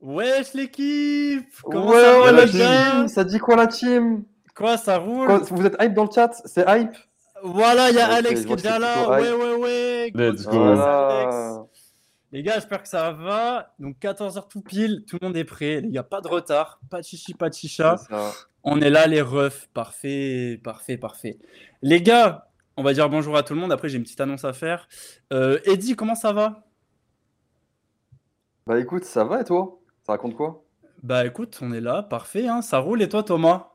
Wesh l'équipe Comment Ouais, ça va ouais, les la gars team, ça dit quoi la team Quoi ça roule Quoi, Vous êtes hype dans le chat C'est hype Voilà, il y a Ok, Alex je qui est vois que déjà c'est là. plutôt Ouais, hype. ouais, ouais. Gros Let's bisous, go. Alex. Les gars, j'espère que ça va. Donc 14h tout pile, tout le monde est prêt. Les gars, pas de retard, pas de chichi, pas de chicha. C'est ça. On est là les refs. Parfait, parfait, parfait. Les gars, on va dire bonjour à tout le monde. Après, j'ai une petite annonce à faire. Euh, Eddy, comment ça va Bah écoute, ça va et toi Ça raconte quoi Bah écoute, on est là, parfait. hein. Ça roule et toi Thomas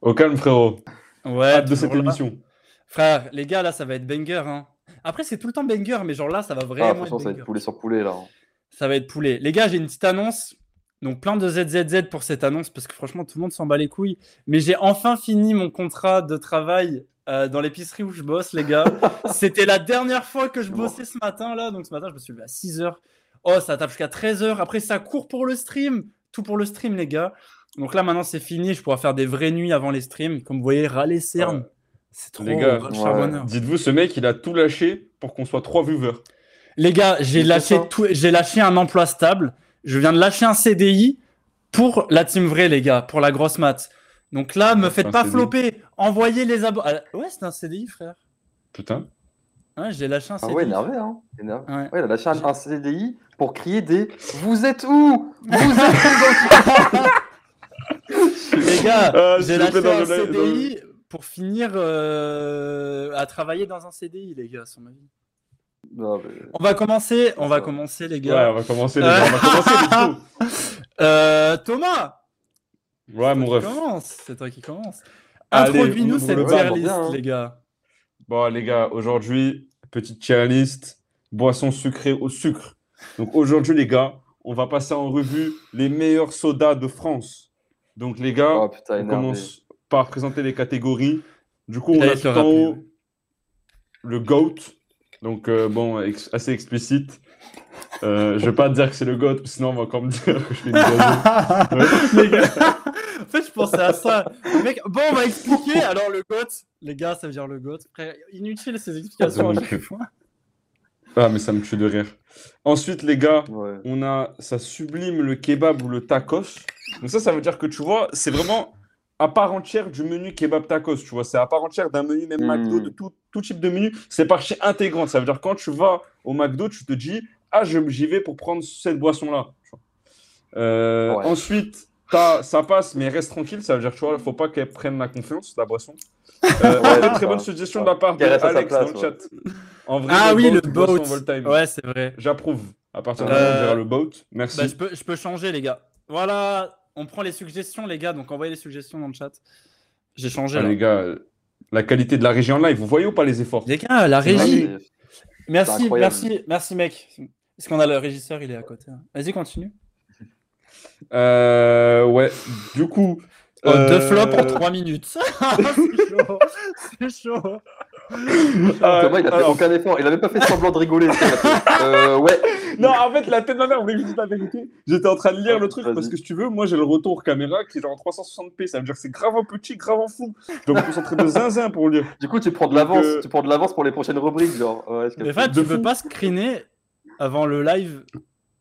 Au calme, frérot. Ouais, Hâte de cette toujours là. émission. Frère, les gars, là, ça va être banger. Hein. Après, c'est tout le temps banger, mais genre là, ça va Ah, vraiment franchement, être ça va banger. être poulet sur poulet là. hein. Ça va être poulet. Les gars, j'ai une petite annonce. Donc, plein de ZZZ pour cette annonce, parce que franchement, tout le monde s'en bat les couilles. Mais j'ai enfin fini mon contrat de travail euh, dans l'épicerie où je bosse, les gars. C'était la dernière fois que je Bon. bossais ce matin, là. Donc, ce matin, je me suis levé à 6 h Oh, ça tape jusqu'à 13 h Après, ça court pour le stream. Tout pour le stream, les gars. Donc là, maintenant, c'est fini. Je pourrai faire des vraies nuits avant les streams. Comme vous voyez, râler CERN. Ouais. C'est trop, Les gars, râle ouais. charbonneur. Dites-vous, ce mec, il a tout lâché pour qu'on soit trois viewers. Les gars, j'ai C'est lâché ça. tout, j'ai lâché un emploi stable. Je viens de lâcher un CDI pour la team vraie, les gars, pour la grosse mat. Donc là, me Ouais, faites c'est un pas CDI. flopper. Envoyez les abos. Ah, ouais, c'est un CDI, frère. Putain. Ouais, j'ai lâché un Ah CDI. ouais, énervé hein énervé. Ouais. Ouais, il a lâché un, un CDI pour crier des Vous êtes où Vous êtes où dans Les gars, Ah, j'ai s'il vous lâché plaît, dans un le- dans le- CDI pour finir euh, à travailler dans un CDI, les gars, sur ma vie. Non, mais- On va commencer, on va Ouais. commencer, les Ouais, gars. on va commencer, les Euh. gars. On va commencer, let's Euh, Thomas, go. Ouais, mon toi qui ref. commence, c'est toi qui commence. Allez, Introduis-nous on cette le bat, tier on list, vient, hein. les gars. Bon, les gars, aujourd'hui, petite tier list. Boisson sucrée au sucre. Donc aujourd'hui, les gars, on va passer en revue les meilleurs sodas de France. Donc, les gars, Oh putain, Ah, on énervé. commence par présenter les catégories. Du coup, on J'allais a te tout le en rappeler, haut le GOAT. Donc, euh, bon, ex- assez explicite. Euh, je vais pas te dire que c'est le GOAT, sinon on va encore me dire que je fais une gazeuse. Les gars, en fait, je pensais à ça. Le mec, bon, on va expliquer. Alors, le GOAT, les gars, ça veut dire le GOAT. Frère, inutile ces explications à Donc, chaque fois. Ah, mais ça me tue de rire. Ensuite, les gars, Ouais. euh, on a ça sublime le kebab ou le tacos. Donc, ça, ça veut dire que tu vois, c'est vraiment à part entière du menu kebab tacos. Tu vois, c'est à part entière d'un menu, même McDo, Mm. de tout, tout type de menu. C'est partie intégrante. Ça veut dire quand tu vas au McDo, tu te dis, ah, je- j'y vais pour prendre cette boisson-là. tu vois. Euh, Ouais. Ensuite, t'as- ça passe, mais reste tranquille. Ça veut dire, tu vois, faut pas qu'elle prenne ma confiance, la boisson. Euh, Ouais, très, c'est très ça. bonne suggestion de Ouais. la part de Qu'elle reste à sa Alex place, dans le ouais. chat. En vrai, Ah oui, le boat, boat. boat. Ouais, c'est vrai. J'approuve. À partir de Euh, là, on dira le boat. Merci. Bah, je, peux, je peux changer, les gars. Voilà, on prend les suggestions, les gars. Donc, envoyez les suggestions dans le chat. J'ai changé. Ah, là. les gars, euh, la qualité de la régie en live, vous voyez ou pas les efforts Les gars, la régie. Ouais, C'est Merci, incroyable. merci, merci, mec. Parce qu'on a le régisseur, il est à côté. hein. Vas-y, continue. Euh, Ouais, du coup. Oh, Deux euh, flops en trois minutes. c'est chaud. C'est chaud. euh, Thomas, il a fait alors- aucun effort. Il a même pas fait semblant de rigoler. tu sais, il a fait, euh, ouais. Non, en fait, la tête de ma mère, vous voulez que je vous dise la vérité J'étais en train de lire le truc Ah, Vas-y. parce que si tu veux, moi j'ai le retour caméra qui est genre en 360p. Ça veut dire que c'est grave en petit, grave en fou. Je dois me concentrer de zinzin pour lire. Du coup, tu prends de l'avance. Donc, euh, Tu prends de l'avance pour les prochaines rubriques, genre. Ouais, je Mais capte. Fab, tu de peux fou. pas screener avant le live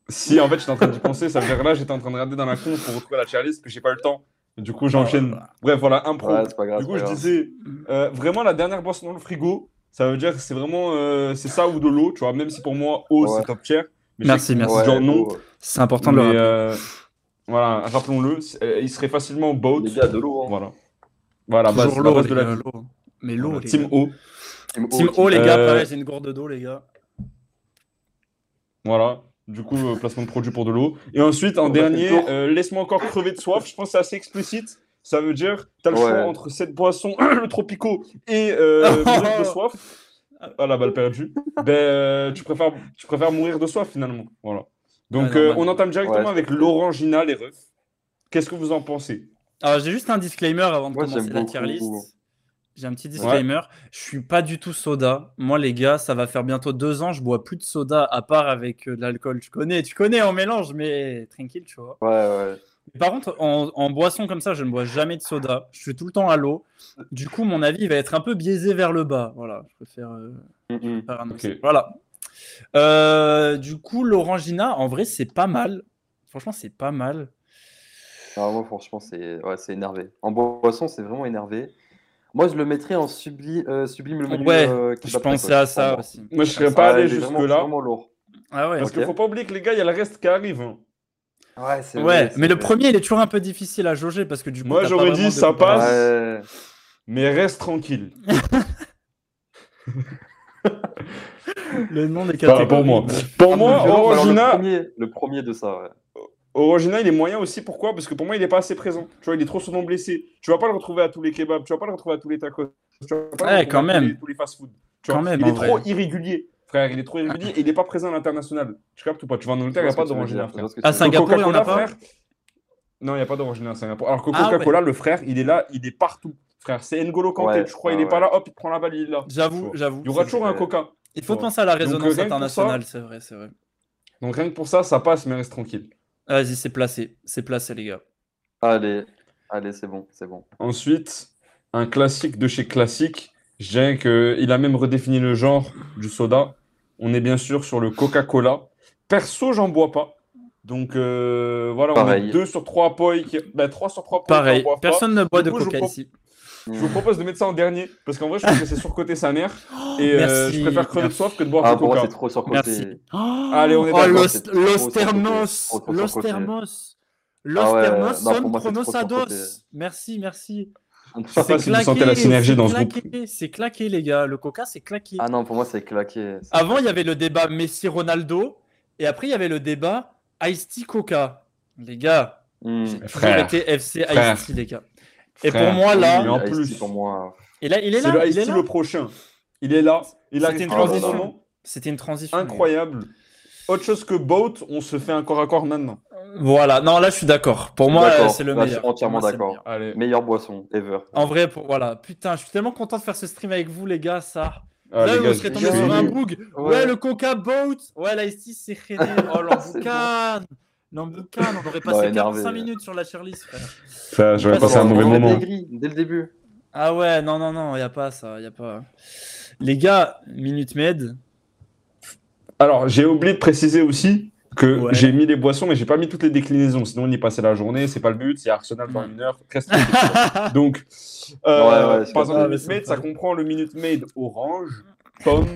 Si, en fait, j'étais en train d'y penser. Ça veut dire là, j'étais en train de regarder dans la conf pour retrouver la tier list, que j'ai pas eu le temps. Du coup, j'enchaîne. Ah, Bref, voilà, impro. Ouais, c'est pas grave. Du c'est coup, pas je grave. disais, euh, vraiment la dernière boisson dans le frigo, ça veut dire que c'est vraiment euh, c'est ça ou de l'eau, tu vois. Même si pour moi, eau, Ouais. c'est top tier. Mais Merci, je sais que merci. beaucoup de gens Ouais, non. oh, C'est important de mais, le rappeler. euh, voilà, rappelons-le, c'est- euh, il serait facilement boat. Les gars, de l'eau. hein. Voilà. Voilà, base, Toujours la l'eau, base les de la gars, vie. l'eau. Mais l'eau, bah, Voilà, les Team gars. eau. Team Team O, O, les gars, Euh, pareil, j'ai une gourde d'eau, les gars. Voilà. Du coup, euh, placement de produit pour de l'eau. Et ensuite, en On va faire le dernier, tour. euh, laisse-moi encore crever de soif. Je pense que c'est assez explicite. Ça veut dire, t'as le Ouais. choix entre cette boisson, le tropico, et euh, mourir de soif. Ah la balle perdue. ben, euh, tu, préfères, tu préfères mourir de soif finalement. Voilà. Donc, Ouais, euh, normal. on entame directement Ouais. avec l'orangina, les refs. Qu'est-ce que vous en pensez Alors, j'ai juste un disclaimer avant de Moi, commencer j'aime la beaucoup. tier list. J'ai un petit disclaimer. Je suis pas du tout soda. Moi, les gars, ça va faire bientôt deux ans. Je bois plus de soda à part avec euh, de l'alcool. Tu connais, tu connais en mélange, mais tranquille, tu vois. Ouais, ouais. Par contre, en, en boisson comme ça, je ne bois jamais de soda. Je suis tout le temps à l'eau. Du coup, mon avis va être un peu biaisé vers le bas. Voilà, je préfère. euh, Mm, mm. Par un Ok. océan. Voilà. Euh, du coup, l'orangina, en vrai, c'est pas mal. Franchement, c'est pas mal. Ah, moi, franchement, c'est ouais, c'est énervé. En boisson, c'est vraiment énervé. Moi, je le mettrais en subli- euh, sublime le menu. Ouais, euh, kebab Je tacos, pensais à ça vraiment. aussi. Moi, je serais Ah, pas allé il est vraiment- jusque-là. vraiment lourd. Ah ouais. Parce qu'il Ok. faut pas oublier que les gars, il y a le reste qui arrive. hein. Ouais, c'est Ouais, vrai, c'est mais le vrai. premier, il est toujours un peu difficile à jauger parce que du coup. Moi, t'as pas j'aurais vraiment dit, de ça comparaison. Ouais. passe. Mais reste tranquille. Le nom des Pas catégories. pour moi. Pour Ah, moi, mais alors, le, Oh, Orangina, premier, le premier de ça, ouais. Orangina, il est moyen aussi. Pourquoi Parce que pour moi, il n'est pas assez présent. Tu vois, il est trop souvent blessé. Tu vas pas le retrouver à tous les kebabs. Tu vas pas le retrouver à tous les tacos. Tu vas pas le Ouais, retrouver quand à tous les- même. tous les fast-food. Tu Quand vois, même, il est en vrai. Ah. trop irrégulier, frère. Il est trop irrégulier et il n'est pas présent à l'international. Tu captes ou pas Tu vas en Angleterre, il Je n'y vois a pas ce que tu veux dire, d'Orangina, je vois frère. ce que tu À veux dire. Singapour, il y en a Coca-Cola, pas. frère, Non, il n'y a pas d'Orangina à Singapour. Alors que Ah ouais. Coca-Cola, le frère, il est là, il est partout. Frère, c'est N'Golo Kanté, Ouais, tu crois, ouais, il n'est pas ouais. là, hop, il prend la balle, il est là. J'avoue, j'avoue. Il y aura c'est toujours vrai. un Coca. Il faut Ouais. penser à la résonance rien que pour internationale, c'est vrai, c'est vrai. Donc rien que pour ça, ça passe, mais reste tranquille. Ah, Vas-y, c'est placé, c'est placé, les gars. Allez, allez, c'est bon, c'est bon. Ensuite, un classique de chez classique. Je dirais qu'il a même redéfini le genre du soda. On est bien sûr sur le Coca-Cola. Perso, j'en bois pas. Donc euh, voilà, on Pareil. est 2 sur 3 poi. Qui... Ben, 3 sur 3 poi. Pareil, personne ne boit Du de coup, je coca vous ici. Je vous propose de mettre ça en dernier. Parce qu'en vrai, je trouve que c'est surcoté sa mère. Et euh, Oh, merci, je préfère crever de merci. soif que de boire Ah, du pour moi, Coca. c'est trop Merci. surcoté. Allez, on est oh, d'accord, l'os- c'est trop l'Osternos, surcoté, trop, trop l'Osternos, Ah ouais, non, l'Osternos, pour son moi, c'est trop pronosados. surcoté. Merci, merci. sais pas si vous sentez la c'est synergie dans ce claqué, C'est claqué, les gars. Le coca, c'est claqué. Ah non, pour moi, c'est claqué. C'est Avant, il y claqué. avait le débat Messi-Ronaldo. Et après, il y avait le débat Ice-T Coca. Les gars, Hmm. j'ai toujours Frère. été FC Frère. Ice-T, les gars. Et Frère. pour moi, Mais là, en Ice-T plus- pour moi. et là, il est C'est là. le il est Ice-T là. le prochain. Il est là. Il a C'était une une transition. transition C'était une transition. incroyable. Autre chose que Boat, on se fait un corps à corps maintenant. Voilà, non, là, je suis d'accord. Pour moi, D'accord. euh, c'est le Là, je meilleur. suis entièrement Pour moi, c'est le d'accord. meilleur. Allez, Meilleure boisson ever. En vrai, pour- voilà. Putain, je suis tellement content de faire ce stream avec vous, les gars, ça. Ah, là, les gars, on serait je tombé suis sur un nul. boug. Ouais, Ouais. le Coca Boat. Ouais, l'Ice-T, c'est créé. Oh, l'emboucane. L'emboucane, on aurait passé Ouais, énervé. 45 minutes sur la cheerlist, frère. Frère, j'aurais Ouais, passé c'est un un mauvais On est moment. aigri dès le début. Ah ouais, non, non, non, y a pas ça, y a pas. Les gars, Minute Med, Alors, j'ai oublié de préciser aussi que Ouais. j'ai mis les boissons, mais j'ai pas mis toutes les déclinaisons. Sinon, on y passait la journée. C'est pas le but. C'est Arsenal pendant Mm. une heure. Reste tranquille. Donc, euh, Ouais, ouais, c'est par exemple, ça, le mais Minute c'est Maid, ça. ça comprend le Minute Maid orange, pomme,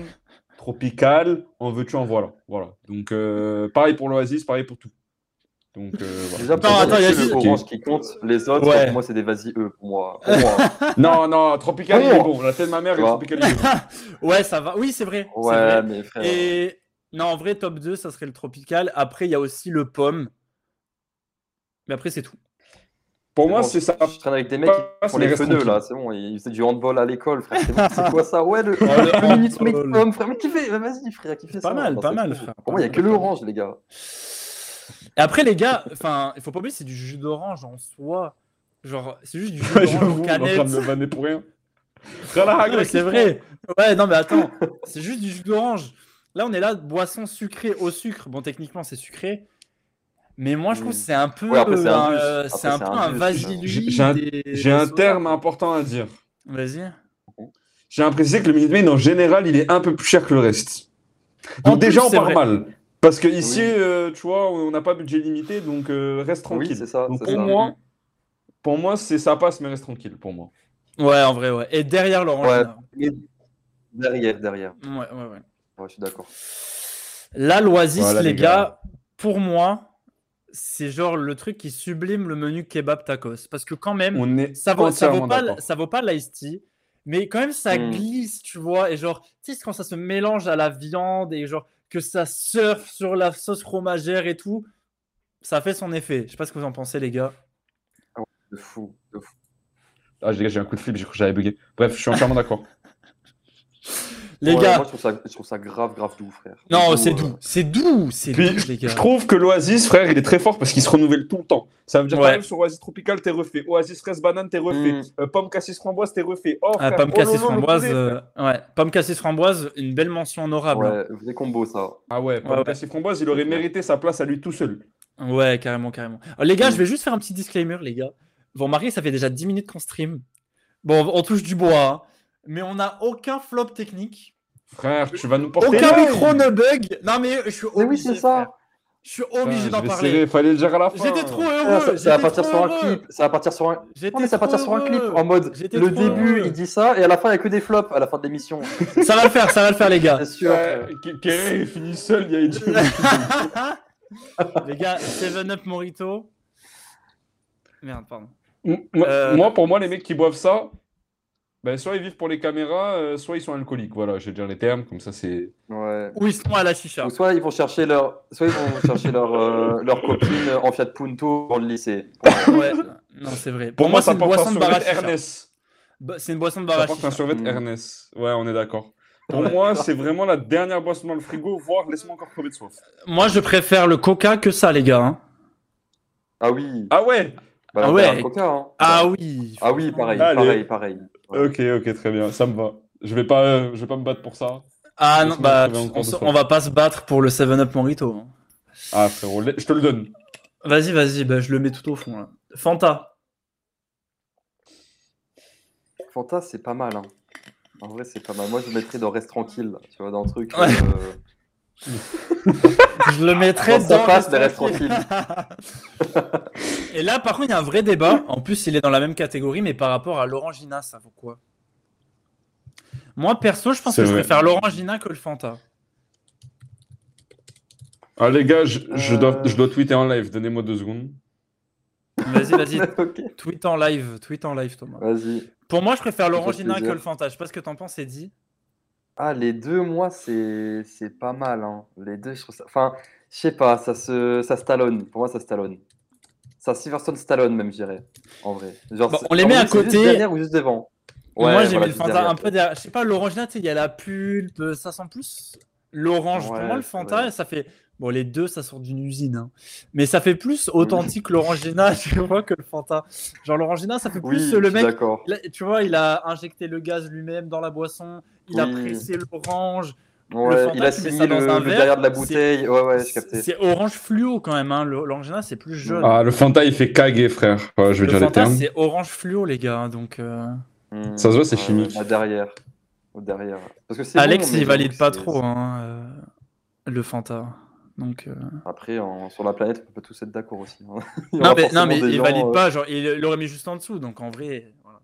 tropical, en veux-tu, en voilà. Voilà. Donc, euh, pareil pour l'Oasis, pareil pour tout. Donc, euh, voilà. Déjà, Donc, pour Non, moi, ça, attends, c'est y a le juste- orange qui compte. Les autres, Ouais. pour moi, c'est des vas-y eux. Pour moi. Pour moi. Non, non, Tropical, Oh. il est bon. La tête de ma mère, Tu il est vois. Tropical, il est bon. ouais, ça va. Oui, c'est vrai. c'est Ouais, vrai. mais euh, frère. Et non, en vrai, top 2, ça serait le tropical. Après, il y a aussi le pomme. Mais après, c'est tout. Pour moi, Bon, c'est ça. Je traîne avec des mecs qui font les les restes feneux tranquilles. là, c'est bon, ils faisaient du handball à l'école, frère. C'est bon, c'est quoi ça Ouais, le, Ah, le le minute mec handball. pomme, frère. Mais qui fait Vas-y, frère, qui fait Pas ça mal, Enfin, pas c'est mal, fou. frère. Pour moi, il n'y a que l'orange, les gars. Et après, les gars, enfin, il faut pas oublier, c'est du jus d'orange en soi. Genre, c'est juste du jus Ouais, d'orange j'avoue, on en est en train de canette. me vanner pour rien. Relax, Ah, Non, Ah, mais c'est vrai. Ouais, non, mais attends, c'est juste du jus d'orange. Là, on est là, boisson sucrée au sucre. Bon, techniquement, c'est sucré. Mais moi, je trouve que c'est un peu Mm. Ouais, après, c'est un un, jus. euh, Après, c'est un, c'est peu un un jus. vasilui J'ai- j'ai un- des- J'ai des un sodas. terme important à dire. Vas-y. J'ai à préciser que le Minute Maid, en général, il est un peu plus cher que le reste. En Donc déjà, plus, on c'est part vrai. mal. Parce que ici, Oui. euh, tu vois, on n'a pas budget limité, donc euh, reste Oui, tranquille. c'est ça, Donc, c'est pour ça. moi, pour moi, c'est ça passe, mais reste tranquille pour moi. Ouais, en vrai, ouais. Et derrière l'orange. Ouais. là. Derrière, derrière. Ouais, ouais, ouais. Ouais, je suis d'accord. Là, l'oasis, Voilà, les les gars, pour moi, c'est genre le truc qui sublime le menu kebab tacos. Parce que quand même, On est ça vaut, ça vaut entièrement pas, d'accord. ça vaut pas l'ice tea, mais quand même ça Mm. glisse, tu vois, et genre, tu sais, quand ça se mélange à la viande et genre que ça surfe sur la sauce fromagère et tout, ça fait son effet. Je sais pas ce que vous en pensez, les gars. De fou, de fou. Ah, j'ai j'ai un coup de flip, j'ai cru que j'avais bugué. Bref, je suis entièrement d'accord. Les Ouais, gars, Moi, je trouve, ça, je trouve ça grave, grave doux, frère. non, c'est euh, doux, c'est doux, c'est Puis, doux, les Je gars. trouve que l'Oasis, frère, il est très fort parce qu'il se renouvelle tout le temps. Ça veut dire, Ouais. t'arrives sur Oasis Tropical, t'es refait. Oasis Fraise Banane, t'es refait. Mm. Euh, pomme Cassis Framboise, t'es refait. Oh, Ah, frère, pomme oh, cassis lolo, le framboise, poulet. euh, ouais, pomme cassis framboise, une belle mention honorable. hein. Ouais, vrai combo, ça. Ah ouais, pomme Ouais, ouais. Cassis Framboise, il aurait mérité sa place à lui tout seul. Ouais, carrément, carrément. Alors, les gars, Mm. je vais juste faire un petit disclaimer, les gars. Vous remarquez, ça fait déjà 10 minutes qu'on stream. Bon, on touche du bois, hein, mais on n'a aucun flop technique. Frère, tu vas nous porter. Aucun l'œil. micro ne bug. Non, mais je suis Mais obligé. oui, c'est frère. ça. Je suis obligé d'en parler. Il fallait le dire à la fin. J'étais trop Ah, ça, heureux. ça va j'étais partir trop sur un heureux. clip. Ça va partir sur un. J'étais Non, Oh, mais ça va trop partir sur un clip heureux. en mode J'étais le trop début heureux. il dit ça et à la fin il y a que des flops à la fin de l'émission. Ça va le faire, ça va le faire, les gars. C'est sûr. Kerry est fini seul, il y a une les gars, Seven Up Morito. Merde, pardon. M- moi- Euh, Moi, pour moi, les mecs qui boivent ça, ben, soit ils vivent pour les caméras, euh, soit ils sont alcooliques. Voilà, je vais dire les termes, comme ça c'est. Ouais. Ou ils sont à la chicha. Donc soit ils vont chercher leur, soit ils vont chercher leur euh, leur copine en Fiat Punto dans le lycée. Ouais. Non, c'est vrai. Pour, moi, c'est ça une porte un boisson de survêt barachicha. Ernest. Bah, C'est une boisson de Ça barachicha. porte un survêt Mm. Ernest. Ouais, on est d'accord. Pour Ouais. moi, c'est vraiment la dernière boisson dans le frigo, voire laisse-moi encore crever de soif. Moi, je préfère le coca que ça, les gars. hein. Ah oui. Ah ouais Bah, Ah on verra ouais. le coca, hein. Ah oui. Ah oui, pareil, Allez. pareil, pareil. Ouais. Ok, ok, très bien, ça me va. Je vais pas, euh, je vais pas me battre pour ça. Ah Laisse-moi non, bah, crever encore on, de se- soif. on va pas se battre pour le Seven Up Morito. hein. Ah frérot, la- je te le donne. Vas-y, vas-y, bah, je le mets tout au fond. Là. Fanta. Fanta, c'est pas mal. Hein. En vrai, c'est pas mal. Moi, je mettrais dans Reste tranquille, tu vois, dans le truc. Ouais. euh, Je le mettrais Quand ça dans passe, le mais reste Et là, par contre, il y a un vrai débat. En plus, il est dans la même catégorie, mais par rapport à l'Orangina, ça vaut quoi Moi, perso, je pense C'est que je vrai. préfère l'Orangina que le Fanta. Ah les gars, je, je Euh. dois, je dois tweeter en live, donnez-moi deux secondes. Vas-y, vas-y, ok, tweet en live, tweet en live, Thomas. vas-y. Pour moi, je préfère fait l'Orangina que plaisir. le Fanta. Je sais pas ce que t'en penses, Eddy. Ah, les deux, moi, c'est c'est pas mal. Hein. Les deux, je trouve ça. Enfin, je sais pas, ça se ça se talonne. Pour moi, ça se talonne. Ça Silverstone Stallone, même, je dirais. En vrai. Genre, Bon, c'est- Bah, on les en met vrai, à c'est juste côté. derrière ou juste devant moi, j'ai voilà, mis le juste Fanta derrière. un peu derrière. Je sais pas, l'Orangina, tu sais, il y a la pulpe, ça sent plus l'orange. Pour Ouais, moi, le c'est Fanta, vrai. ça fait. Bon, les deux, ça sort d'une usine. hein. Mais ça fait plus authentique l'Orangina, tu vois, que le Fanta. Genre, l'Orangina, ça fait Oui, plus je euh, le suis mec. d'accord. Là, tu vois, il a injecté le gaz lui-même dans la boisson, il a Oui. pressé l'orange. Ouais, Fanta, il a tu mets signé ça dans le, un le verre, derrière de la c'est- bouteille. Ouais, ouais, j'ai capté. c'est orange fluo quand même. Hein. Le- L'Orangina, c'est plus jaune. Ah le Fanta il fait caguer frère. Voilà, je vais le dire les Fanta, termes. c'est orange fluo, les gars. hein, Donc, euh, Hmm, Ça se voit, c'est chimique. à derrière. Au derrière. Parce que c'est Alex, bon, mais il valide donc, pas c'est- trop hein, euh, le Fanta. Donc, euh, Après, en- sur la planète, on peut tous être d'accord aussi. hein. Il y Non, aura mais, non, forcément mais des il gens, valide euh, pas. Genre, il l'aurait mis juste en dessous. Donc, en vrai, voilà.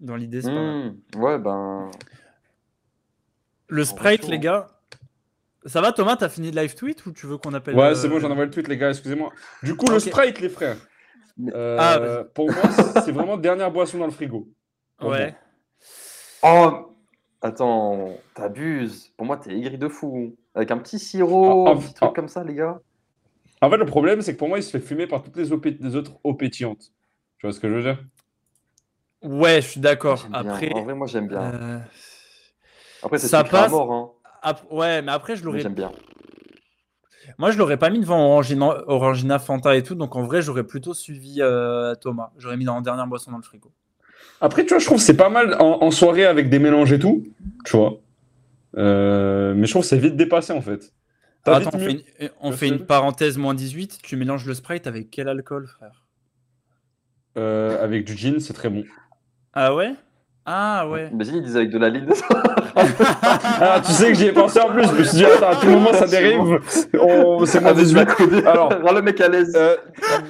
dans l'idée, c'est pas mal. hmm, ouais, ben. Le c'est Sprite, chaud, les hein. gars. Ça va, Thomas T'as fini le live tweet ou tu veux qu'on appelle Ouais, euh, c'est bon, j'en envoie le tweet, les gars, excusez-moi. Du coup, le Ok. Sprite, les frères. Mais- Euh, Ah, vas-y. pour moi, c'est vraiment dernière boisson dans le frigo. Pour Ouais. moi. Oh Attends, t'abuses. Pour moi, t'es aigri de fou. Avec un petit sirop, Ah, ah, un petit truc ah. comme ça, les gars. En fait, le problème, c'est que pour moi, il se fait fumer par toutes les, opé- les autres eaux pétillantes. Tu vois ce que je veux dire Ouais, je suis d'accord. J'aime bien. Ah, Après, En vrai, moi, j'aime bien. euh, Après, c'est ça sucré à passe, mort, hein. ap- ouais, mais après je Mais l'aurais. j'aime bien. Moi, je l'aurais pas mis devant Orangina, Orangina, Fanta et tout. Donc en vrai, j'aurais plutôt suivi euh, Thomas. J'aurais mis dans la dernière boisson dans le frigo. Après, tu vois, je trouve que c'est pas mal en, en soirée avec des mélanges et tout, tu vois. Euh, mais je trouve que c'est vite dépassé, en fait. T'as Attends, on vite fait mieux. une, euh, on Le fait une seul. parenthèse moins 18. Tu mélanges le Sprite avec quel alcool, frère Euh, avec du gin, c'est très bon. Ah ouais Ah ouais. Imagine, ils disent avec de la ligne. Ah, tu sais que j'y ai pensé en plus. Je me suis dit, attends, à tout moment, ça dérive. On- Oh, C'est moins Avec de la 18. codée. Alors. Rends Ah, le mec à l'aise. Euh,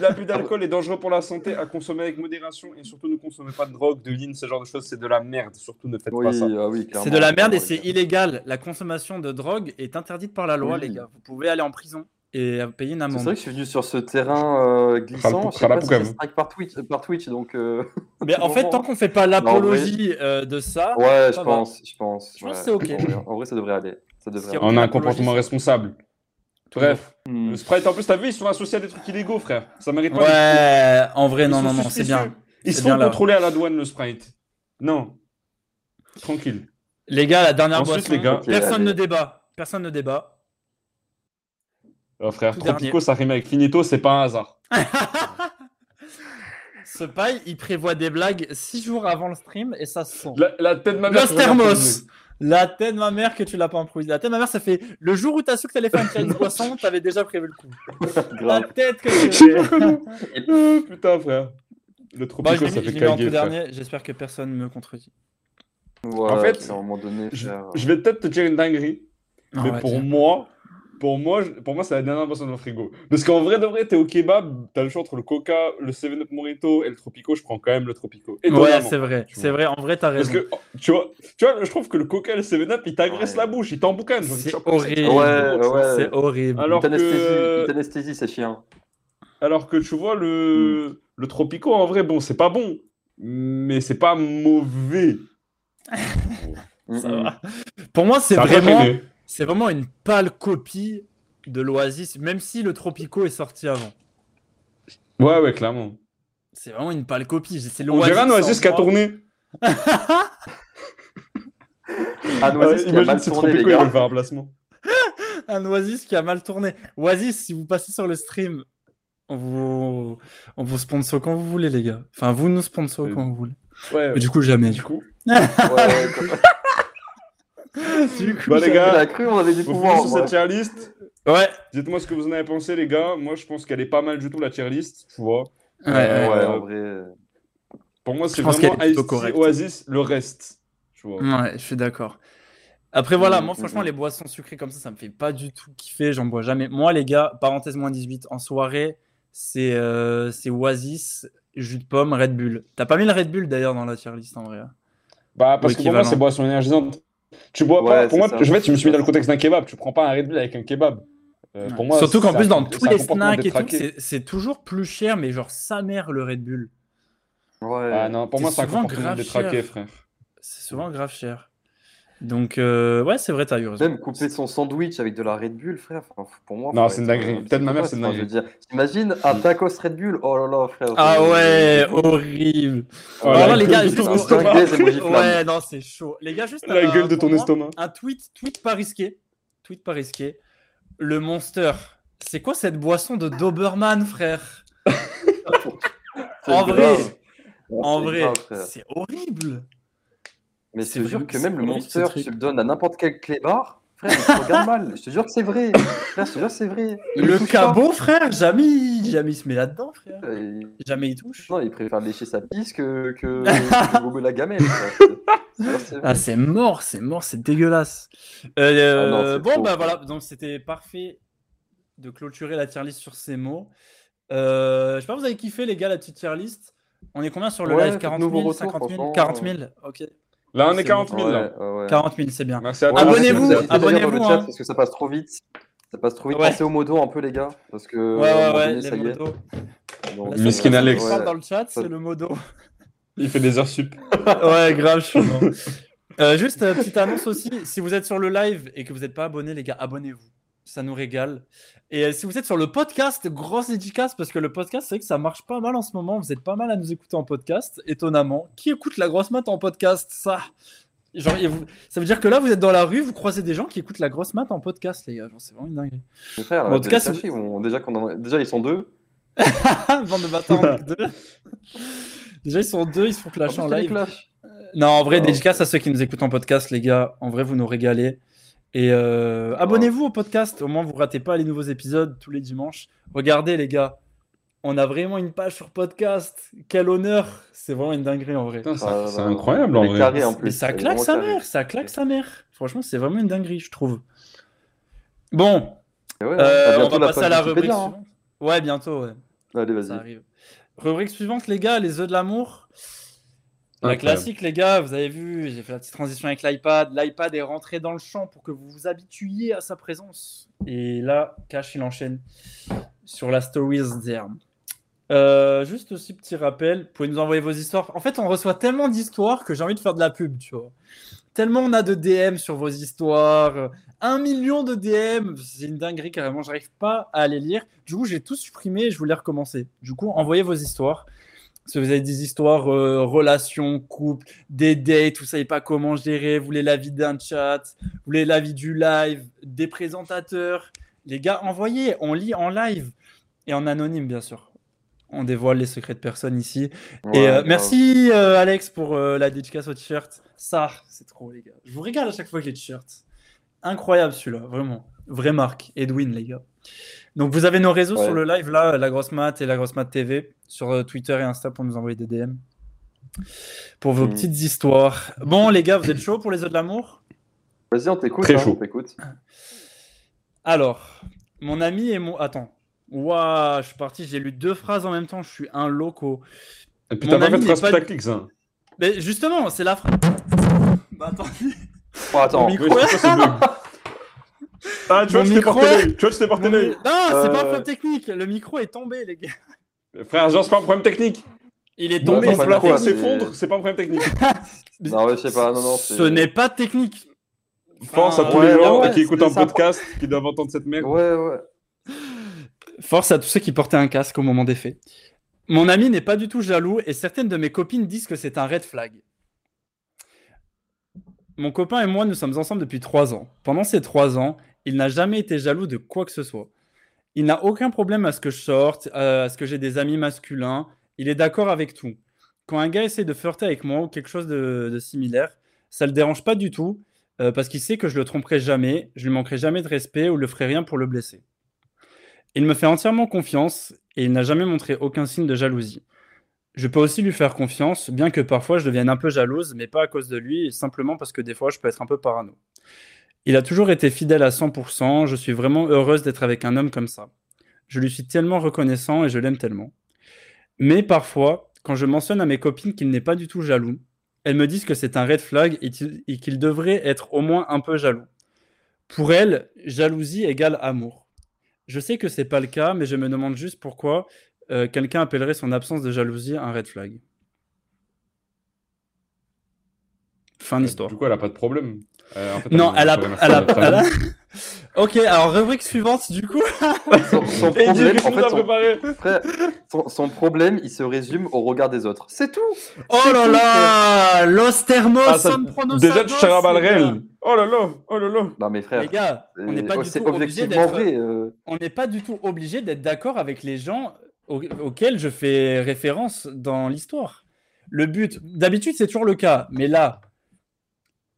L'abus d'alcool est dangereux pour la santé, à consommer avec modération et surtout ne consommez pas de drogue, de ligne, ce genre de choses, c'est de la merde. Surtout ne faites oui, pas ça. ah oui, clairement. C'est de la merde et Ouais, c'est illégal. La consommation de drogue est interdite par la loi, Oui. les gars. Vous pouvez aller en prison et euh, payer une C'est vrai amende. que je suis venu sur ce terrain euh, glissant. pour- Je cra sais la pas si poucave. c'est strike par Twitch, par Twitch donc. euh, Mais en fait, Bon. tant qu'on fait pas Bah, l'apologie euh, de ça, Ouais, je va. pense, je pense. Je pense ouais. que c'est ok. En vrai, en vrai, ça devrait aller. Ça devrait C'est aller. On a Mm. un l'apologie, comportement ça. responsable. Bref, Hmm. le Sprite, en plus, t'as vu, ils sont associés à des trucs illégaux, frère. Ça mérite pas. ouais, en Ils vrai, non, sont non, non, c'est suspicieux. bien. Ils C'est se bien, font là. contrôler à la douane, le Sprite. Non. Tranquille. Les gars, la dernière Ensuite, boisson. les gars. Personne allez. ne débat. Personne ne débat. Oh, frère, Tout Tropico, dernier. ça rime avec Finito, c'est pas un hasard. Ce paille, il prévoit des blagues six jours avant le stream et ça se sent. La, la tête de ma mère. Los Thermos La tête de ma mère que tu l'as pas improvisé. La tête de ma mère, ça fait le jour où t'as su que t'allais faire une challenge boisson, t'avais déjà prévu le coup. La Grave. tête que J'ai tu reconnu. Euh, Putain, frère. Le Tropico, Moi, Bah, je l'ai ça mis- je fait l'ai mis en caguer, tout frère. dernier. J'espère que personne me contredit. Ouais, En fait, puis à un moment donné, Je, frère, je vais peut-être te dire une dinguerie, Non, mais on va pour dire. moi, Pour moi, je- pour moi c'est la dernière boisson dans le frigo. Parce qu'en vrai, de vrai, t'es au kebab, t'as le choix entre le coca, le 7-Up Morito et le Tropico. Je prends quand même le Tropico. Et Ouais, c'est vrai. tu C'est vrai. En vrai, t'as Parce raison. que, oh, tu vois, tu vois, je trouve que le coca et le 7-Up, ils t'agressent Ouais. la bouche, ils t'emboucanent. J'ai envie de C'est choper ça. horrible. Ouais, ouais. C'est horrible. ah Alors une anesthésie, que- une anesthésie, c'est chiant. Alors que tu vois, Mm. le, le Tropico, en vrai, bon, c'est pas bon, mais c'est pas mauvais. Ça Mm-mm. Ah, va. Pour moi, c'est T'as vraiment, préféré. c'est vraiment une pâle copie de l'Oasis, même si le Tropico est sorti avant. Ouais, ouais, clairement. C'est vraiment une pâle copie. C'est On l'Oasis. dirait un en Oasis qui a moi. tourné. Ah, Ouais, Noisy, qui a mal si tourné, les Tropico, il veut gars. le faire un placement. Un Oasis qui a mal tourné. Oasis, si vous passez sur le stream, on vous, on vous sponsor quand vous voulez, les gars. Enfin, vous nous sponsor Euh, quand vous voulez. Ouais, Mais du coup, jamais. du coup. Ouais, quand- Du coup, Bah, les on gars, a cru, on avait du vous pouvoir. finissez ouais. cette tier list. Ouais. Dites-moi ce que vous en avez pensé, les gars. Moi, je pense qu'elle est pas mal du tout, la tier list. Tu vois. Ouais, ouais. Euh, Ouais, Ouais. en vrai. euh, Pour moi, c'est pense vraiment qu'elle est plutôt Ice-T, correcte. Oasis, le reste. Tu vois. Ouais, je suis d'accord. Après, voilà, Mm, moi, mm, franchement, mm. les boissons sucrées comme ça, ça me fait pas du tout kiffer. J'en bois jamais. Moi, les gars, parenthèse moins 18, en soirée, c'est euh, c'est Oasis, jus de pomme, Red Bull. T'as pas mis le Red Bull d'ailleurs dans la tier list en vrai. hein. Bah, parce Ou que pour moi, équivalent. c'est boisson énergisante. Tu bois Ouais, pas. Pour c'est moi, ça. je, en fait, je me suis mis dans le contexte d'un kebab. Tu prends pas un Red Bull avec un kebab. Euh, Ouais. pour moi, Surtout qu'en ça- plus, dans ça tous les comportement snacks et tout, détraqué. c'est c'est toujours plus cher, mais genre sa mère, le Red Bull. Ouais. Ah non, pour C'est moi, c'est un souvent comportement grave détraqué, cher. frère. C'est souvent grave cher. Donc, euh, ouais, c'est vrai, t'as eu raison. Même couper son sandwich avec de la Red Bull, frère. enfin, pour moi. Non, faut c'est être, une dinguerie. euh, Peut-être ma mère, c'est une Mm. psychopathe, enfin, je veux dire, T'imagines un tacos Red Bull Oh là là, frère. Ah je- ouais, horrible. Oh, Alors la les gueule gars, de je ton trouve- estomac. Ouais, c'est Mojiflamme. Ouais, non, c'est chaud. Les gars, juste La un- gueule de pour ton moi, estomac. Un tweet, tweet pas risqué. Tweet pas risqué. Le Monster. C'est quoi cette boisson de Doberman, frère c'est En vrai, grave. en C'est vrai, grave, frère. c'est horrible. Mais c'est c'est jure vraiment- que même c'est le horrible, ce monster, truc. tu le donnes à n'importe quel clébard, frère, il te regarde mal. Je te jure que c'est vrai. Frère, je te jure que c'est vrai. Il Le touche pas. cabot, frère, jamais, il- jamais il se met là-dedans, frère. Euh, Jamais il touche. Non, il préfère lécher sa pisse que, que, que gogo la gamelle. frère. Je te jure que c'est vrai. Ah, c'est mort, c'est mort, c'est dégueulasse. Euh, Ah non, c'est bon, trop. bah voilà, donc c'était parfait de clôturer la tier list sur ces mots. Euh, je sais pas, vous avez kiffé, les gars, la petite tier list On est combien sur le Ouais, live 40 000, faites-nous vos retours, 50 000 franchement. euh, 40 000 Ok. Là, on est C'est 40 Ouais, 000. là. ouais, ouais. 40 000, c'est bien. Merci à Ouais, tous. Abonnez-vous, merci, merci. abonnez-vous, Dans le chat, hein. Parce que ça passe trop vite. Ça passe trop vite. Ouais. Pensez aux modos un peu, les gars. Parce que. Ouais, à un ouais, moment ouais, donné, les ça y est. modos. Donc, La euh, seule Miskin personne Alex. qui parle dans le chat, c'est le modo. Il fait des heures sup. ouais, grave chaud. Euh, juste euh, petite annonce aussi, si vous êtes sur le live et que vous n'êtes pas abonné, les gars, abonnez-vous. Ça nous régale. Et euh, si vous êtes sur le podcast, grosse dédicace parce que le podcast, c'est vrai que ça marche pas mal en ce moment. Vous êtes pas mal à nous écouter en podcast, étonnamment. Qui écoute la grosse mat en podcast Ça Genre, et vous- Ça veut dire que là, vous êtes dans la rue, vous croisez des gens qui écoutent la grosse mat en podcast, les gars. Genre, C'est vraiment une dinguerie. Mes frères, Bon, en là, tout vous cas, allez si chercher, on- déjà, qu'on en- déjà, ils sont deux. Ah, Bande de bâtards, on est que deux. Déjà, ils sont deux, ils se font En clash plus, en t'as les live. clashs. Non, en vrai, Ah, dédicace à ceux qui nous écoutent en podcast, les gars. En vrai, vous nous régalez. Et euh, abonnez-vous au podcast, au moins vous ratez pas les nouveaux épisodes tous les dimanches. Regardez, les gars, on a vraiment une page sur podcast. Quel honneur! C'est vraiment une dinguerie en vrai. Putain, Ah, ça- c'est non, non. incroyable en Elle est vrai. carrée, en plus. Mais ça Elle est claque vraiment sa carrée. mère, ça claque sa mère. Franchement, c'est vraiment une dinguerie, je trouve. Bon, Et ouais, euh, t'as on bientôt va passer page à la rubrique Wikipédia, hein. suivante. Ouais, bientôt, ouais. Allez, Ça vas-y. arrive. Rubrique suivante, les gars, les œufs de l'amour. La Incroyable. classique, les gars, vous avez vu, j'ai fait la petite transition avec l'iPad. L'iPad est rentré dans le champ pour que vous vous habituiez à sa présence. Et là, Cash, il enchaîne sur la Stories d'Herm. Euh, juste aussi, petit rappel, vous pouvez nous envoyer vos histoires. En fait, on reçoit tellement d'histoires que j'ai envie de faire de la pub, tu vois. Tellement on a de DM sur vos histoires. euh, Un million de DM, c'est une dinguerie carrément, j'arrive pas à les lire. Du coup, j'ai tout supprimé et je voulais recommencer. Du coup, envoyez vos histoires. Si vous avez des histoires, euh, relations, couple, des dates, vous savez pas comment gérer, vous voulez l'avis d'un chat, vous voulez l'avis du live, des présentateurs. Les gars, envoyez, on lit en live et en anonyme, bien sûr. On dévoile les secrets de personne ici. Ouais, et euh, grave. merci euh, Alex pour euh, la dédicace au t-shirt. Ça, c'est trop, les gars. Je vous régale à chaque fois que les t-shirts. Incroyable celui-là, vraiment. Vraie marque. Edwin, les gars. Donc vous avez nos réseaux Ouais. sur le live, là, euh, la grosse mat et la grosse mat TV, sur euh, Twitter et Insta pour nous envoyer des DM. Pour vos Mhm. petites histoires. Bon, les gars, vous êtes chauds pour les œufs de l'amour Vas-y, on t'écoute. Très hein, chaud. on t'écoute. Alors, mon ami et mon. Attends. Waouh, je suis parti, j'ai lu deux phrases en même temps, je suis un loco. Et puis Mon t'as ami pas fait de hein. n'est phrase pas- putaclic, ça. Mais justement, c'est la phrase. Bah, attendez. Oh, attends. Mon Oui, je sais pas, c'est bug. Ah, tu vois, Mon je t'ai micro- porté l'œil. Tu vois, je t'ai porté Non, l'œil. c'est pas un Euh. problème technique, le micro est tombé, les gars. Frère, genre, c'est pas un problème technique. Il est Non, tombé. Tomber, c'est c'est pas le un pas problème. plafond technique. s'effondre, c'est pas un problème technique. Non, ouais, je sais pas. Non, non, c'est- Ce n'est pas technique. Force à Ah, tous ouais, les gens ouais, qui écoutent c'est un ça. podcast, qui doivent entendre cette merde. Ouais, ouais. Force à tous ceux qui portaient un casque au moment des faits. Mon ami n'est pas du tout jaloux et certaines de mes copines disent que c'est un red flag. Mon copain et moi, nous sommes ensemble depuis trois ans. Pendant ces trois ans, il n'a jamais été jaloux de quoi que ce soit. Il n'a aucun problème à ce que je sorte, euh, à ce que j'ai des amis masculins. Il est d'accord avec tout. Quand un gars essaie de flirter avec moi ou quelque chose de, de similaire, ça le dérange pas du tout euh, parce qu'il sait que je le tromperai jamais, je lui manquerai jamais de respect ou le ferai rien pour le blesser. Il me fait entièrement confiance et il n'a jamais montré aucun signe de jalousie. Je peux aussi lui faire confiance, bien que parfois je devienne un peu jalouse, mais pas à cause de lui, simplement parce que des fois je peux être un peu parano. Il a toujours été fidèle à 100%, je suis vraiment heureuse d'être avec un homme comme ça. Je lui suis tellement reconnaissant et je l'aime tellement. Mais parfois, quand je mentionne à mes copines qu'il n'est pas du tout jaloux, elles me disent que c'est un red flag et qu'il- et qu'il devrait être au moins un peu jaloux. Pour elles, jalousie égale amour. Je sais que c'est pas le cas, mais je me demande juste pourquoi euh, quelqu'un appellerait son absence de jalousie un red flag. Fin d'histoire. Euh, Du coup, elle a pas de problème. Euh, en fait, Non, elle a, rien à elle a, faire, elle a- Ok, alors rubrique suivante du coup. Son, son Et problème, Dieu, qu'est-ce en qu'on t'a fait, son, préparé frère, son- son problème, il se résume au regard des autres. C'est tout. Oh là là, Los Thermos, Ah, ça- San Pronosados, Déjà, tu les charabes à gars. réel. Oh là là, oh là là. Non, mais frère, Les gars, on n'est euh, pas oh, du c'est tout obligé objectivement d'être. vrai. euh, on n'est pas du tout obligé d'être d'accord avec les gens au- auxquels je fais référence dans l'histoire. Le but, d'habitude, c'est toujours le cas, mais là,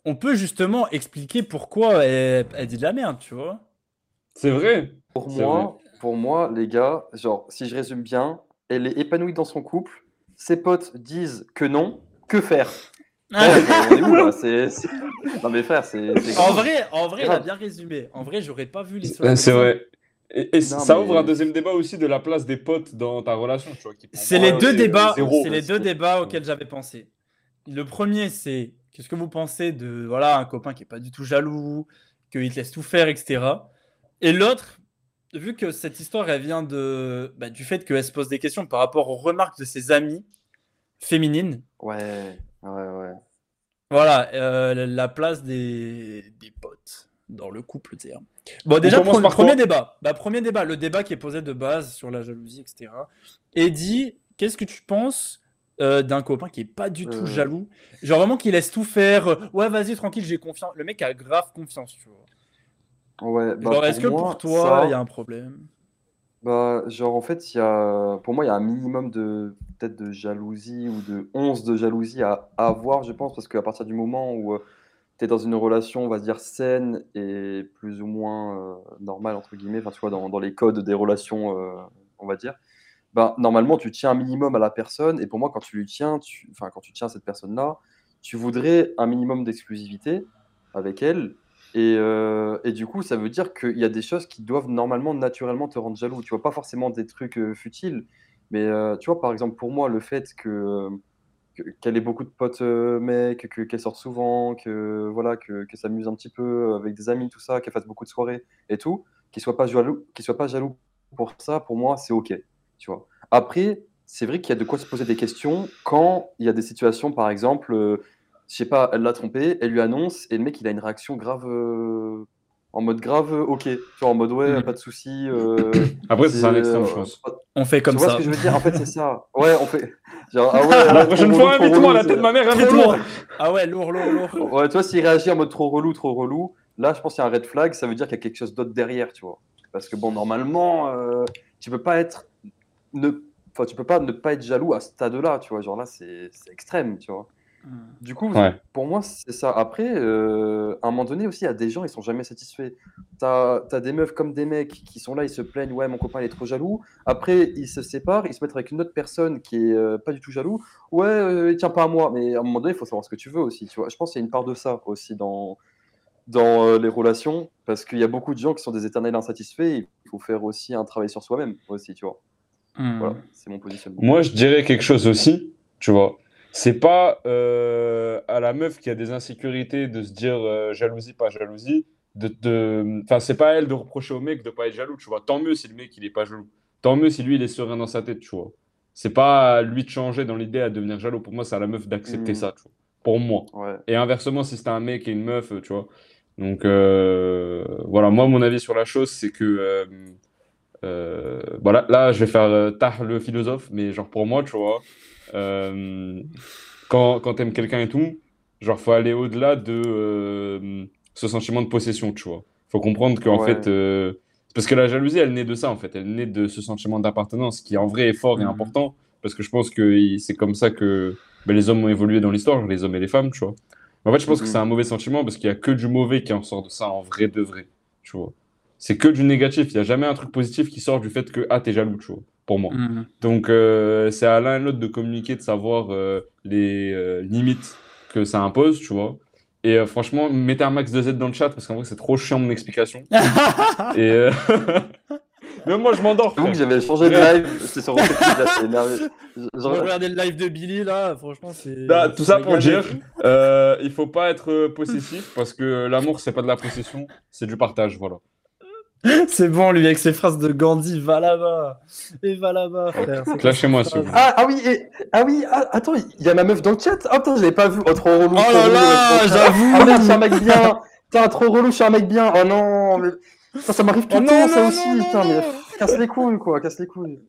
on peut justement expliquer pourquoi elle, elle dit de la merde, tu vois. C'est vrai. Pour C'est moi, pour moi, les gars, genre, si je résume bien, elle est épanouie dans son couple. Ses potes disent que non. Que faire Ah. Frère, on est où, là C'est- c'est- Non mais frère, c'est. c'est- en vrai, en vrai, il a grave. bien résumé. En vrai, j'aurais pas vu les. Euh, C'est vrai. Et, et Non, ça mais- ouvre un deuxième débat aussi de la place des potes dans ta relation. tu vois, qui, pour C'est moi, les deux c'est débats, zéro. c'est les deux c'est- débats auxquels j'avais pensé. Le premier, c'est qu'est-ce que vous pensez de voilà un copain qui est pas du tout jaloux, qu'il te laisse tout faire, etc. Et l'autre, vu que cette histoire elle vient de bah, du fait qu'elle se pose des questions par rapport aux remarques de ses amies féminines. Ouais, ouais, ouais. Voilà euh, la place des, des potes dans le couple. tu sais, hein. Bon, déjà, commence pre- par quoi premier débat. Bah, premier débat, le débat qui est posé de base sur la jalousie, etc. Et dit, qu'est-ce que tu penses euh, d'un copain qui est pas du tout Euh. jaloux Genre vraiment qui laisse tout faire. euh, Ouais, vas-y, tranquille, j'ai confiance. Le mec a grave confiance, tu vois. Ouais, bah, Genre, est-ce que moi, pour toi, ça- il y a un problème Bah, genre, en fait, il y a, pour moi, il y a un minimum de, peut-être de jalousie ou de once de jalousie à, à avoir, je pense, parce qu'à partir du moment où tu es dans une relation, on va dire, saine et plus ou moins euh, normale, entre guillemets, enfin, tu vois, dans, dans les codes des relations, euh, on va dire, bah, normalement, tu tiens un minimum à la personne, et pour moi, quand tu lui tiens, tu, enfin, quand tu tiens à cette personne-là, tu voudrais un minimum d'exclusivité avec elle. Et, euh, et du coup, ça veut dire qu'il y a des choses qui doivent normalement, naturellement te rendre jaloux. Tu vois, pas forcément des trucs euh, futiles, mais euh, tu vois, par exemple, pour moi, le fait que que- qu'elle ait beaucoup de potes euh, mecs, que- qu'elle sorte souvent, que voilà, que qu'elle s'amuse un petit peu euh, avec des amis, tout ça, qu'elle fasse beaucoup de soirées et tout, qu'il soit pas jaloux, qu'il soit pas jaloux pour ça, pour moi, c'est ok. Tu vois. Après, c'est vrai qu'il y a de quoi se poser des questions quand il y a des situations, par exemple. euh, je sais pas, elle l'a trompé, elle lui annonce, et le mec, il a une réaction grave. euh, en mode grave, euh, ok. Tu vois, en mode ouais, Mhm. pas de souci. euh, Après, Mm. c'est un extrême, euh, je pense. On fait comme tu vois ça. ce que je veux dire En fait, c'est ça. Ouais, on fait. Genre, ah ouais, La là, prochaine trop relou, fois, trop invite-moi à la relou, tête de ma mère, Très invite-moi. lourd. Ah ouais, lourd, lourd, lourd. Ouais, tu vois, s'il réagit en mode trop relou, trop relou, là, je pense qu'il y a un red flag, ça veut dire qu'il y a quelque chose d'autre derrière, tu vois. Parce que bon, normalement, euh, tu peux pas être. Ne... Enfin, tu peux pas ne pas être jaloux à ce stade-là, tu vois. Genre là, c'est c'est extrême, tu vois. Du coup, Ouais. pour moi, c'est ça. Après, euh, à un moment donné aussi, il y a des gens, ils sont jamais satisfaits. T'as as des meufs comme des mecs qui sont là, ils se plaignent, ouais, mon copain, il est trop jaloux. Après, ils se séparent, ils se mettent avec une autre personne qui est euh, pas du tout jaloux. Ouais, euh, il tient pas à moi. Mais à un moment donné, il faut savoir ce que tu veux aussi, tu vois. Je pense qu'il y a une part de ça aussi dans, dans euh, les relations, parce qu'il y a beaucoup de gens qui sont des éternels insatisfaits. et Il faut faire aussi un travail sur soi-même aussi, tu vois. Hmm. Voilà, c'est mon positionnement. Moi, je dirais quelque chose aussi, tu vois. C'est pas euh, à la meuf qui a des insécurités de se dire euh, jalousie, pas jalousie. De, de... Enfin, c'est pas à elle de reprocher au mec de pas être jaloux, tu vois. Tant mieux si le mec il est pas jaloux. Tant mieux si lui il est serein dans sa tête, tu vois. C'est pas à lui de changer dans l'idée à devenir jaloux. Pour moi, c'est à la meuf d'accepter Mhm. ça, tu vois. Pour moi. Ouais. Et inversement, si c'était un mec et une meuf, euh, tu vois. Donc euh, voilà, moi mon avis sur la chose, c'est que euh, euh, voilà, là je vais faire euh, tard le philosophe, mais genre pour moi, tu vois, euh, quand, quand t'aimes quelqu'un et tout, genre faut aller au-delà de euh, ce sentiment de possession, tu vois. Faut comprendre qu'en Ouais. fait, euh, parce que la jalousie, elle naît de ça en fait, elle naît de ce sentiment d'appartenance qui en vrai est fort et Mhm. important, parce que je pense que il- c'est comme ça que ben, les hommes ont évolué dans l'histoire, les hommes et les femmes, tu vois. En fait, je pense que Mhm. c'est un mauvais sentiment parce qu'il y a que du mauvais qui en sort de ça en vrai de vrai. Tu vois. C'est que du négatif. Il n'y a jamais un truc positif qui sort du fait que ah t'es jaloux, tu vois. Pour moi. Hmm. Donc euh, c'est à l'un et l'autre de communiquer, de savoir euh, les euh, limites que ça impose, tu vois. Et euh, franchement, mettez un max de Z dans le chat parce qu'en vrai c'est trop chiant mon explication. et euh, même moi je m'endors. J'avoue que frère. j'avais changé de live, j'étais sur Rocket League, là, c'est énervé. Moi, je Genre, regardais le live de Billy là, franchement c'est. Là, Bah, tout ça pour Regarde- dire, euh, il faut pas être euh, possessif parce que l'amour c'est pas de la possession, c'est du partage, voilà. C'est bon lui avec ses phrases de Gandhi, va là-bas et va là-bas frère. c'est quoi Lâchez-moi cette s'il vous plaît. Ah, ah oui, et- ah oui, ah, attends, il y a ma meuf dans le chat. Ah putain, je l'ai pas vu. Oh, trop relou. Oh là trop relou, là, trop- j'avoue. Ah merde, je suis un mec bien. Putain, trop relou, je suis un mec bien. Oh non, mais... Putain, ça m'arrive tout Oh le non, temps, ça non, aussi. non, putain, non, mais non. pff, casse les couilles, quoi, casse les couilles.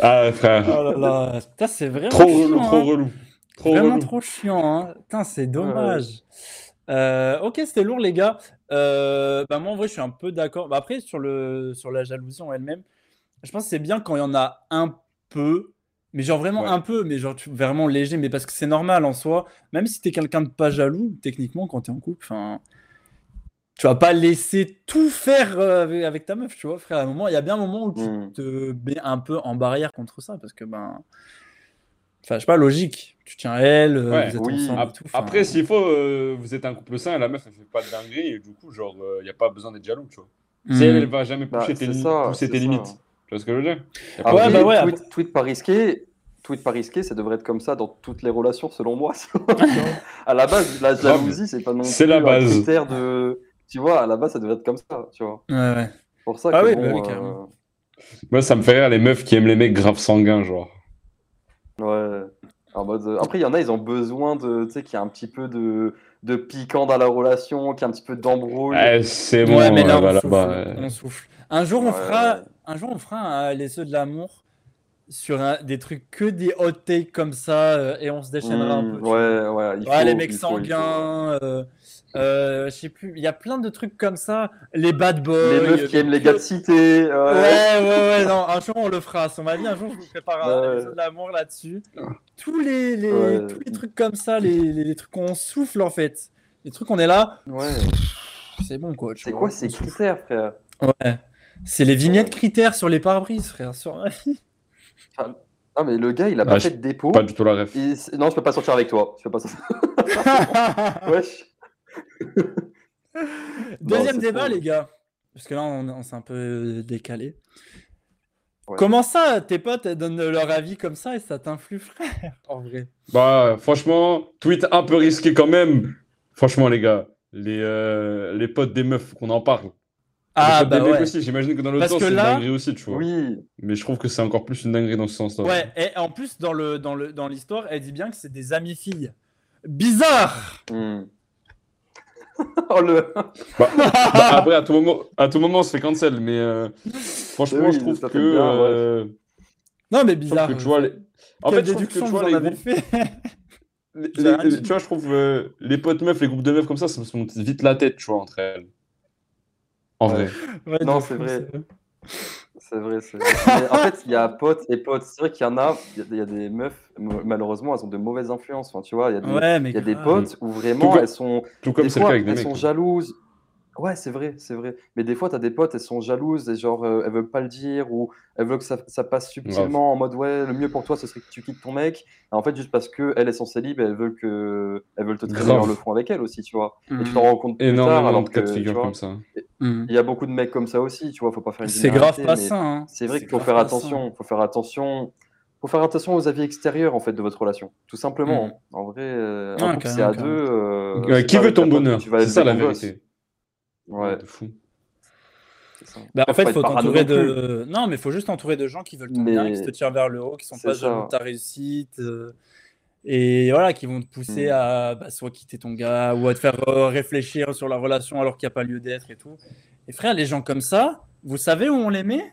Ah frère. Oh là là, putain, c'est vraiment Trop chiant, relou, hein. trop relou. Trop Vraiment relou. trop chiant, hein. Putain, c'est dommage. Euh, ok, c'était lourd, les gars. Euh, bah, moi, en vrai, je suis un peu d'accord. Bah, après, sur, le, sur la jalousie en elle-même, je pense que c'est bien quand il y en a un peu, mais genre vraiment Ouais. un peu, mais genre tu- vraiment léger, mais parce que c'est normal en soi. Même si t'es quelqu'un de pas jaloux, techniquement, quand t'es en couple, enfin. Tu vas pas laisser tout faire euh, avec, avec ta meuf, tu vois, frère. À un moment, il y a bien un moment où tu Mmh. Mm. te mets un peu en barrière contre ça, parce que ben, Enfin, je sais pas, logique. Tu tiens à elle, euh, Ouais, vous êtes oui. ensemble et Ap- tout. enfin, Après, s'il faut, euh, vous êtes un couple sain, la meuf, elle fait pas de dinguerie, et du coup, genre, il n'y a pas besoin d'être jaloux, tu vois. hmm. Si elle, elle va jamais Bah, pousser tes, c'est limi- ça, pousser c'est tes ça. Ah, limites. Tu vois ce que je veux dire? Y a pas Après, Ouais, besoin. bah ouais, tweet, tweet pas risqué. Tweet pas risqué, ça devrait être comme ça dans toutes les relations, selon moi. à la base, la jalousie, c'est pas non C'est plus la un base. critère de. Tu vois, à la base, ça devrait être comme ça, tu vois. Ouais, ouais. C'est Pour ça Ah que oui, bon, bah oui, euh, carrément. Moi, ça me fait rire les meufs qui aiment les mecs grave sanguins, genre. Ouais. En mode, euh, Après, il y en a, ils ont besoin de, tu sais, qu'il y a un petit peu de, de piquant dans la relation, qu'il y a un petit peu d'embrouille. Eh, c'est bon, Ouais, mais là, euh, on, bah, là, souffle, bah, euh, on souffle. Un jour, on Ouais. fera, un jour, on fera un Les Ceux de l'amour sur un- des trucs que des hot takes comme ça euh, et on se déchaînera un Mmh, peu. tu vois. ouais, ouais. il Ouais, les faut, mecs il faut, il faut. sanguins, euh, euh, je sais plus, il y a plein de trucs comme ça. Les bad boys. Les meufs qui aiment les gars de cité. ouais. Ouais, ouais, ouais, non, un jour on le fera. On m'a dit un jour je vous prépare un Ouais. épisode de l'amour là-dessus. Tous les, les- Ouais. tous les trucs comme ça, les, les, les trucs qu'on souffle en fait. Les trucs on est là, Ouais. c'est bon quoi. tu C'est vois, quoi on ces souffle. critères, frère Ouais. C'est les vignettes critères sur les pare-brises, frère. Sur... Ah, mais le gars, il a Ah, pas je- fait de dépôt. Pas du tout la ref. Il- c'est- Non, je peux pas sortir avec toi. Je peux pas sortir. Wesh. Deuxième c'est débat, faux. les gars. Parce que là, on, on s'est un peu euh, décalé. Ouais. Comment ça, tes potes elles donnent leur avis comme ça et ça t'influe, frère En vrai. Bah, franchement, tweet un peu risqué quand même. Franchement, les gars, les, euh, les potes des meufs, qu'on en parle. les Ah, potes bah des mecs ouais. aussi, j'imagine que dans l'autre Parce sens, que c'est une là- dinguerie aussi, tu vois. Oui. Mais je trouve que c'est encore plus une dinguerie dans ce sens-là. Ouais, et en plus, dans l'histoire, le, dans le, dans l'histoire, elle dit bien que c'est des amies filles. Bizarre Mmh. oh, le. Bah, Ah. après, à tout, moment, à tout moment, on se fait cancel, mais euh, Mais franchement, oui, je trouve ça que. fait bien, ouais. euh, Non, mais je trouve bizarre. que tu vois, les... En Quelle fait, je trouve que tu déduction vois, vous les en avez groupes- fait les- J'ai rien les- dit. tu vois, je trouve euh, les potes meufs, les groupes de meufs comme ça, ça me monte vite la tête, tu vois, entre elles. En Ouais. vrai. Ouais, Non, de c'est fou, vrai. C'est vrai, c'est vrai. Mais en fait, il y a potes et potes. C'est vrai qu'il y en a, il y a- il y, a des meufs, m- malheureusement, elles ont de mauvaises influences. Enfin, tu vois, il y a des, Ouais, mais il y a des grave. potes où vraiment Tout co- elles sont, Tout comme des c'est le fois, cas avec elles les mecs. sont jalouses. Ouais, c'est vrai, c'est vrai. Mais des fois, tu as des potes, elles sont jalouses et genre, euh, elles veulent pas le dire ou elles veulent que ça, ça passe subtilement en mode, ouais, le mieux pour toi, ce serait que tu quittes ton mec. Et en fait, juste parce qu'elle est sans célib, elles veulent, que... elles veulent te traîner Grave. Mm. dans le fond avec elle aussi, tu vois. Et tu Mhm. t'en rends compte plus tard, Énormément alors de cas de que, tu figure vois, comme ça. Mhm. Il y a beaucoup de mecs comme ça aussi, tu vois, faut pas faire une C'est grave généralité, pas mais ça. hein. C'est vrai C'est qu'il faut grave faire pas ça. attention, faut faire attention, faut faire attention aux avis extérieurs en fait de votre relation, tout simplement. hein. Mm. En vrai, euh, Ouais, un couple, c'est carrément, à deux. euh, Euh, c'est qui pas veut avec ta pote ton que bonheur tu vas C'est ça élever la ton gosse. vérité. Ouais, De fou. c'est ça. Bah, en Après, fait, faut faut être parano t'entourer non plus. de. Non, mais faut juste t'entourer de gens qui veulent ton bien, qui Mais- te tirent vers le haut, qui sont C'est pas ça. jaloux de ta réussite. euh, Et voilà, qui vont te pousser Mm. à bah, soit quitter ton gars ou à te faire euh, réfléchir sur la relation alors qu'il n'y a pas lieu d'être et tout. Et frère, les gens comme ça, vous savez où on les met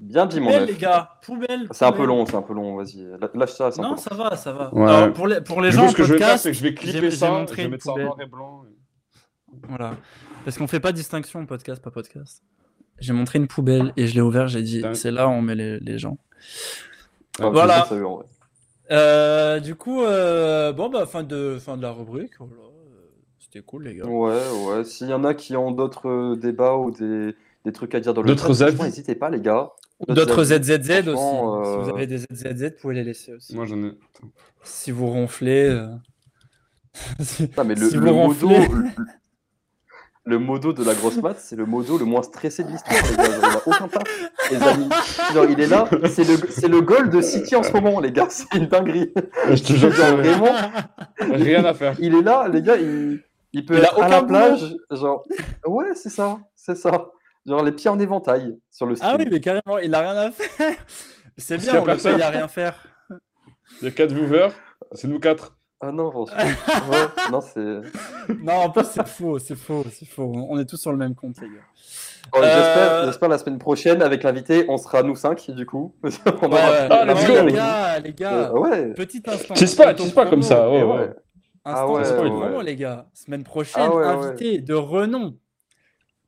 Bien dit mon Poubelle, œuf. les gars. Poubelle. C'est un peu poubelle. long, c'est un peu long. Vas-y, Lâ- lâche ça. c'est un peu Non, long. ça va, ça va. Ouais. Alors, pour les, pour les Du gens coup, en ce que je vais faire, podcast, c'est que je vais j'ai- clipper j'ai ça, je montré vais une mettre ça en poubelle. noir et blanc. Voilà. Parce qu'on fait pas de distinction podcast, pas podcast. J'ai montré une poubelle et je l'ai ouverte, j'ai dit Putain. c'est là où on met les, les gens. Ah, Voilà. c'est ça, en vrai. Euh, du coup, euh, bon, bah, fin de, fin de la rubrique. Voilà. Euh, C'était cool, les gars. Ouais, ouais. S'il y en a qui ont d'autres euh, débats ou des, des trucs à dire dans le D'autres chat, franchement, avis. n'hésitez pas les gars. D'autres ZZZ aussi. Franchement, Si vous euh, avez des ZZZ, vous pouvez les laisser aussi. Moi, j'en ai. Si vous ronflez. euh, si- Putain, mais le, Si le vous modo, ronflez. le, le modo de la grosse maths, c'est le modo le moins stressé de l'histoire. Les gars, Genre, il a aucun taf, les amis. Genre, il est là, c'est le, c'est le goal de City en ce moment, les gars, c'est une dinguerie. Je te jure, Genre, que vraiment, rien à faire. il est là, les gars, il, il peut Il a être à aucun la plage. Genre, ouais, c'est ça, c'est ça. Genre, les pieds en éventail sur le stream. Ah oui, mais carrément, il a rien à faire. C'est Parce qu'il y bien, a on le personne. paye à rien faire. Il y a 4 viewers, c'est nous 4. Ah non, j'en suis- ouais, non, c'est. Non, en plus, c'est faux, c'est faux, c'est faux. On est tous sur le même compte, les gars. Bon, Euh, j'espère, j'espère la semaine prochaine, avec l'invité, on sera nous cinq, du coup. On aura- Ouais, Ah, ouais. let's Ouais, go. Les gars, les gars, Euh, ouais. petit instant. Tease pas, instant tease pas comme promo, ça. Oh, ouais, Et ouais. Instant Ah ouais, promo, ouais. promo, les gars. Semaine prochaine, Ah ouais, invité de renom.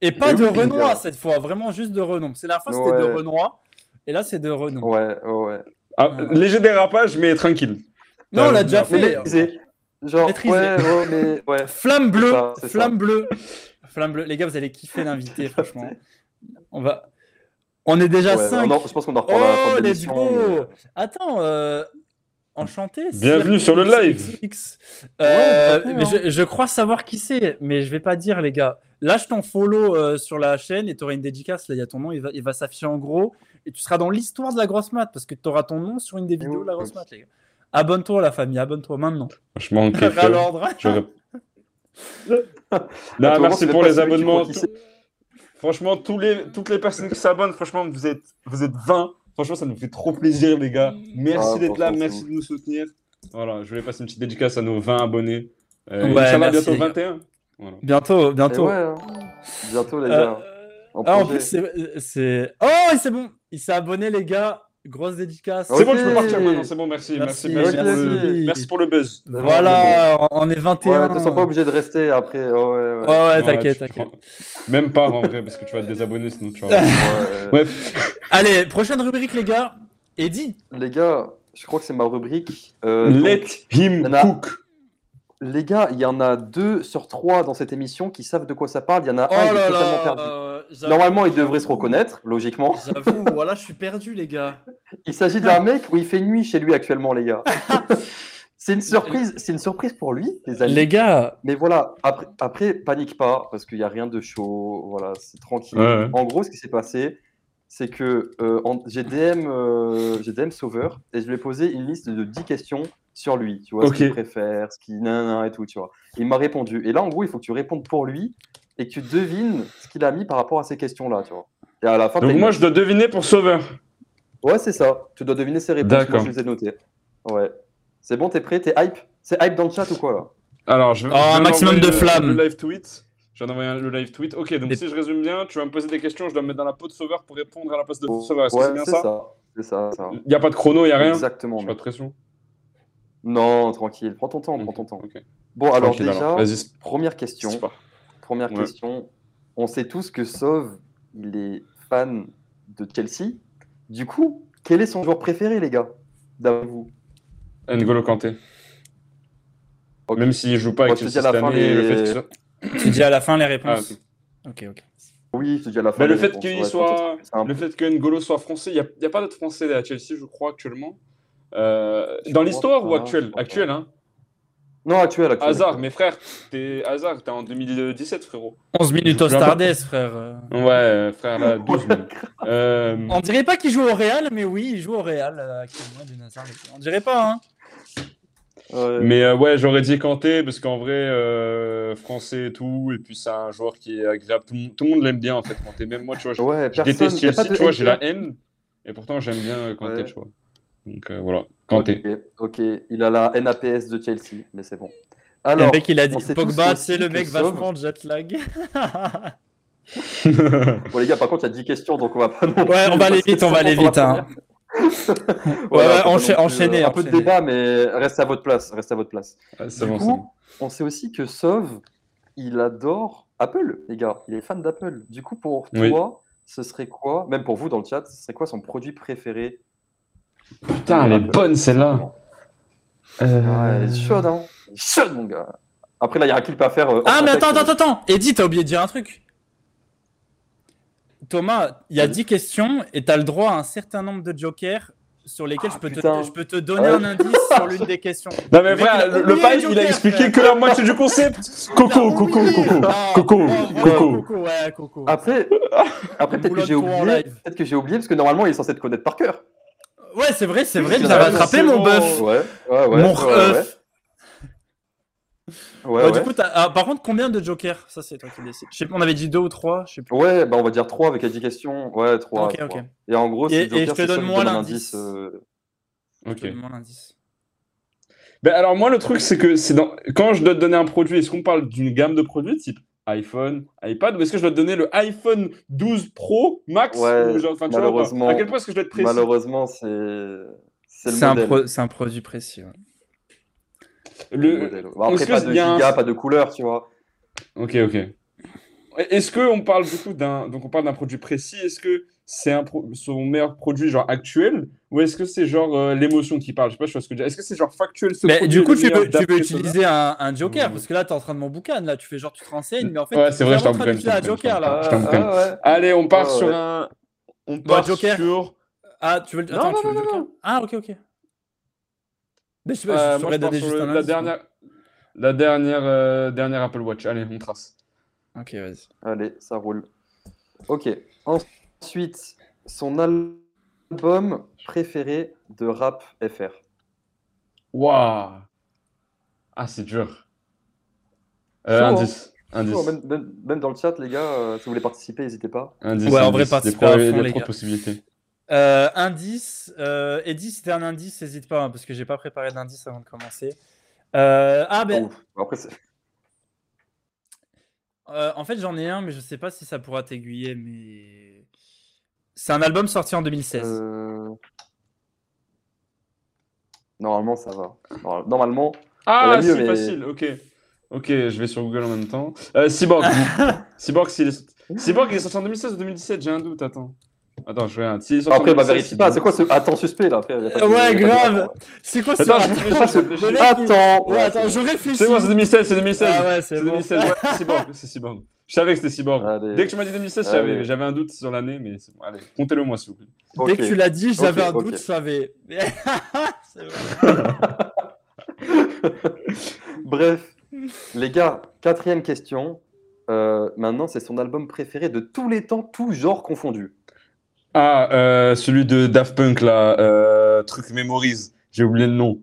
Et pas Et de oui, les Renoir gars. cette fois, vraiment juste de renom. C'est la fin, c'était Ouais. de Renoir. Et là, c'est de renom. Ouais, ouais, ouais. Ah, léger dérapage, mais tranquille. Non, on l'a déjà Mais fait. maîtrisé. Genre, Maîtrisé. ouais, ouais, mais ouais. Flamme bleue, C'est ça, c'est flamme ça. bleue, flamme bleue. Les gars, vous allez kiffer l'invité, franchement. On va. On est déjà Ouais, 5. on en- je pense qu'on en reparlera à la Oh, fin de let's l'émission. mais- go! Attends, euh, enchanté. Bienvenue sur le live. XXX. Euh, Ouais, on mais t'appelle, je, je crois savoir qui c'est, mais je vais pas dire, les gars. Lâche ton follow euh, sur la chaîne et tu auras une dédicace. Là, il y a ton nom, il va, il va s'afficher en gros. Et tu seras dans l'histoire de la grosse mat parce que tu auras ton nom sur une des vidéos de la grosse mat, les gars. Abonne-toi, la famille, abonne-toi maintenant. Franchement, ok. Vers l'ordre. J'aurais- Attends, Non, merci c'est pour pas les celui qui abonnements. croit qu'il Tout- Franchement, tous les, toutes les personnes qui s'abonnent, franchement, vous êtes, vous êtes 20. Franchement, ça nous fait trop plaisir, les gars. Merci Ah, d'être là, franchement, merci c'est de nous soutenir. Voilà, je voulais passer une petite dédicace à nos 20 abonnés. Euh, Ouais, Inch'Allah, merci, bientôt les gars. 21. Voilà. Bientôt, Et bientôt. ouais, hein. Bientôt, les Euh, gars. En ah, en projet. plus, c'est- c'est. Oh, et c'est bon! Il s'est abonné, les gars. Grosse dédicace. C'est Ok. bon, je peux partir maintenant. C'est bon, merci. Merci, Merci, merci, ok, pour, le, merci. merci pour le buzz. Voilà, on on est Ouais, 21. de toute façon, pas obligé de rester après. Oh, Ouais, ouais, Ouais, ouais, ouais. Ouais, t'inquiète, tu t'inquiète. prends- Même pas en vrai, parce que tu vas te désabonner sinon tu vas. Ouais. Bref, Allez, prochaine rubrique, les gars. Eddy. Les gars, je crois que c'est ma rubrique. Euh, donc, let him Nana. cook. les gars, il y en a deux sur trois dans cette émission qui savent de quoi ça parle. Ah, Il y en a Oh un qui est là totalement là. perdu. euh, j'avoue- Normalement, ils devraient se reconnaître, logiquement. J'avoue, voilà, je suis perdu, les gars. Il s'agit d'un mec où il fait nuit chez lui actuellement, les gars. c'est une surprise, c'est une surprise pour lui, les amis. Les gars, Mais voilà, après, après, panique pas, parce qu'il n'y a rien de chaud, voilà, c'est tranquille. Ouais. En gros, ce qui s'est passé, c'est que euh, en- j'ai DM, euh, j'ai DM Sauveur, et je lui ai posé une liste de 10 questions sur lui, tu vois, ce Ok. qu'il préfère, ce qu'il nanana et tout, tu vois. Il m'a répondu. Et là, en gros, il faut que tu répondes pour lui, et que tu devines ce qu'il a mis par rapport à ces questions-là, tu vois. Et à la fin, Donc t'as une- moi je dois deviner pour Sauveur. Ouais, c'est ça. Tu dois deviner ses réponses. D'accord. Moi, je les ai notées. Ouais. C'est bon, t'es prêt T'es hype C'est hype dans le chat ou quoi là Alors je vais. Oh, un je vais maximum envoyer de le- flammes. Le live tweet. Je viens d'envoyer le live tweet. Ok, donc Et- si je résume bien, tu vas me poser des questions, je dois me mettre dans la peau de Sauveur pour répondre à la place de Sauveur. Est-ce que c'est Ouais, bien c'est ça ça. C'est ça, ça. Il n'y a pas de chrono, il n'y a rien. Exactement. J'ai Pas mec. de pression. Non, tranquille. Prends ton temps, prends ton temps. Ok. Bon, alors Tranquille, déjà, Vas-y, c'est première c'est question. pas. Première Ouais. question. On sait tous que Sauve, il est fan de Chelsea. Du coup, quel est son joueur préféré, les gars D'après vous N'Golo Kanté. Ok. Même s'il joue pas Moi, avec je te dis Chelsea à la cette fin, année, le les- fait qu'il soit- Tu dis à la fin les Ah, réponses. ok, ok. Oui, je te dis à la fin. Mais le les fait réponses, qu'il ouais, soit- c'est un Le fait que N'Golo soit français, il n'y a, y a pas d'autres français à Chelsea, je crois, actuellement. Euh, Je dans crois l'histoire ou pas, je actuel crois pas. Actuel, hein. Non, actuel, actuel. Hazard, mes frères, t'es Hazard, t'es en 2017, frérot. 11 minutes au Je l'ai Stardust, frère. euh. Ouais, euh, frère, là, 12 même. Euh, On dirait pas qu'il joue au Real, mais oui, il joue au Real euh, actuellement, Eden Hazard. On dirait pas, hein. Ouais. Mais euh, ouais, j'aurais dit Kanté, parce qu'en vrai, euh, français et tout, et puis c'est un joueur qui est agréable. Tout, le monde- tout le monde l'aime bien, en fait, Kanté. Même moi, tu vois, je, Ouais, je personne. déteste y a pas Chelsea, de tu vois, j'ai la hater. haine, et pourtant, j'aime bien euh, Kanté, Ouais. tu vois. Donc euh, voilà, Kanté. Ok, ok, il a la NAPS de Chelsea, mais c'est bon. Le Alors, mec, il a on dit sait tous Pogba, aussi c'est le que mec Somme- vachement jet lag. bon, les gars, par contre, il y a 10 questions, donc on va pas. non plus Ouais, on va aller passer vite, on va sur la aller vite. Hein. Ouais, ouais, Voilà, on va pas encha- non plus, euh, enchaîner, Un peu de enchaîner. débat, mais reste à votre place. Reste à votre place. Ah, c'est Du bon, c'est coup, bon. On sait aussi que Sauve, il adore Apple, les gars. Il est fan d'Apple. Du coup, pour Oui. toi, ce serait quoi, même pour vous dans le chat, ce serait quoi son produit préféré Putain, elle est bonne celle-là. Ouais, Euh, elle est chaude, hein Elle est Chaude, mon gars. Après, là, il y a un clip à faire. euh, Ah, hors mais contexte, attends, attends, euh, attends. Eddie, t'as oublié de dire un truc. Thomas, il y a Vas-y. 10 questions et t'as le droit à un certain nombre de jokers sur lesquels Ah, je, peux te, putain. Ah je peux te donner Ouais. un indice sur l'une des questions. Non Le mais mec, il a frère, le, le oublié pari, le il a Joker, expliqué frère. que la moitié du concept. Coco, Non, coco, oublié. coco, Non, coco, non, vraiment, coco. coco, ouais, coco. Après, après peut-être que Boulot j'ai de courant en oublié. live. Peut-être que j'ai oublié parce que normalement, il est censé te connaître par cœur. Ouais, c'est vrai, c'est vrai, c'est bien vrai, rattrapé, c'est mon bon. bœuf. Ouais, ouais, ouais. Mon ouais, ouais, ref. ouais, ouais, Bah, Du ouais. coup, t'as- ah, par contre, combien de jokers Ça, c'est toi qui décides. Je sais pas, on avait dit deux ou trois, je sais plus. Ouais, bah on va dire 3 avec la 10 questions. Ouais, 3. ok, ok. Et en gros, si Et- le et je Joker, te c'est sûr, donne il moi donne un l'indice. indice, euh, Ok. Je te demande l'indice. Ben alors moi le truc c'est que c'est dans... quand je dois te donner un produit, est-ce qu'on parle d'une gamme de produits type iPhone, iPad ou est-ce que je dois te donner le iPhone 12 Pro Max Ouais, ou genre, enfin, tu vois, malheureusement. À quel point est-ce que je dois être précis Malheureusement, c'est c'est le C'est un, modèle. pro- c'est un produit précis. ouais. Le le... modèle. Bon, après, est-ce que pas de il y a un- giga, pas de couleur, tu vois. Ok ok. Est-ce que on parle du coup d'un donc on parle d'un produit précis Est-ce que c'est un pro- son meilleur produit genre actuel ou est-ce que c'est genre euh, l'émotion qui parle Je sais pas je vois ce que je veux dire. Est-ce que c'est genre factuel ce Mais produit du est coup, le tu meilleur peux, tu peux d'après cela utiliser un, un joker, Mmh. parce que là, t'es en train de mon boucan, là. Tu fais genre, tu te renseignes, mais en fait, Ouais, c'est vrai, je t'es t'en en train prie, je d'utiliser un t'en prie, je joker, t'en là. prie, je t'en Ah, prie. Ah, ouais. Allez, on part Ouais, sur ouais. un on Bon, part Bah, Joker. sur Ah, tu veux le... Non, Attends, non, tu veux non, le non, joker non. Ah, ok, ok. Mais je, je Euh, moi, saurais je pars donner sur juste le- un la indice, dernière, la dernière, euh, dernière Apple Watch. Allez, on trace. mais- Ok, vas-y. Allez, ça roule. Ok. Ensuite, son album préféré de rap FR. Waouh. Ah, c'est dur. Euh, Chaud, hein. indice. Indice. Oh, même, même- même dans le chat, les gars, euh, si vous voulez participer, n'hésitez pas. Indice. Ouais, en indice. vrai, Il y a participe trop- à Il fond, y a les trop de gars. possibilités. Euh, indice. Euh, Eddie, si t'as un indice, n'hésite pas, hein, parce que j'ai pas préparé d'indice avant de commencer. Euh, ah, ben, Ouf. Après, c'est- Euh, en fait, j'en ai un, mais je sais pas si ça pourra t'aiguiller, mais. C'est un album sorti en 2016. euh, Normalement, ça va. Normal- Normalement, Ah, mieux, c'est mais- facile. Ok. Ok, je vais sur Google en même temps. Euh, Cyborg. Cyborg, s'il est... Cyborg, il est sorti en 2016 ou 2017. J'ai un doute. Attends. Attends, je regarde. S'il est sorti en après, bah, 2016, vérifie pas. C'est quoi ce. Attends, suspect là. après, y a pas de- y a ouais, pas de- grave C'est quoi ce. Attends, je Attends, réfléchis, je réfléchis. le mec, il- Attends. ouais, attends, c'est- je réfléchis. C'est bon, c'est 2016. C'est 2016. Ah ouais, c'est C'est bon. 2016, ouais, c'est Cyborg, c'est Cyborg. Je savais que c'était Cyborg. Allez. Dès que tu m'as dit 2016, Allez. j'avais, j'avais un doute sur l'année, mais c'est bon. Allez, comptez-le moi, s'il vous plaît. Dès que Ok. tu l'as dit, j'avais Ok, un doute, ok. je savais. C'est bon. Bref, les gars, quatrième question. Euh, maintenant, c'est son album préféré de tous les temps, tous genres confondus. Ah, euh, celui de Daft Punk, là, euh, truc mémorise. J'ai oublié le nom.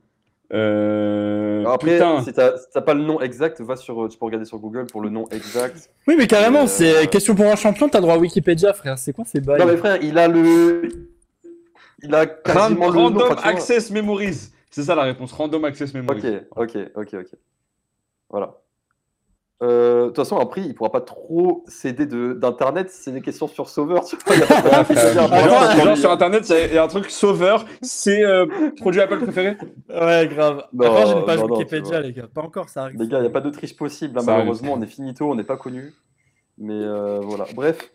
Euh, Alors après, putain, si t'as si t'as pas le nom exact, va sur, euh, tu peux regarder sur Google pour le nom exact. Oui, mais carrément, Euh, c'est question pour un champion, t'as droit à Wikipédia, frère. C'est quoi ces bails Non mais frère, il a le, il a Ran- quasiment le nom. Random enfin, tu vois. Access Memories. C'est ça la réponse, Random Access Ok, Memories. ok, ok, ok. Voilà. Euh, De toute façon, après, il pourra pas trop s'aider de- d'internet. C'est des questions sur Sauveur. Tu vois, il y a pas de- Ah, il y a frère, pas de- Attends, genre, genre, sur internet, il y a- il y a un truc sauveur, c'est euh, produit Apple préféré. Ouais, grave. Non, Encore, j'ai une page non, non, tu Wikipédia, vois. les gars. Pas encore, ça arrive. Les gars, il n'y a pas de triche possible. hein, Ça arrive. malheureusement, on est finito, on n'est pas connu. Mais euh, voilà. Bref,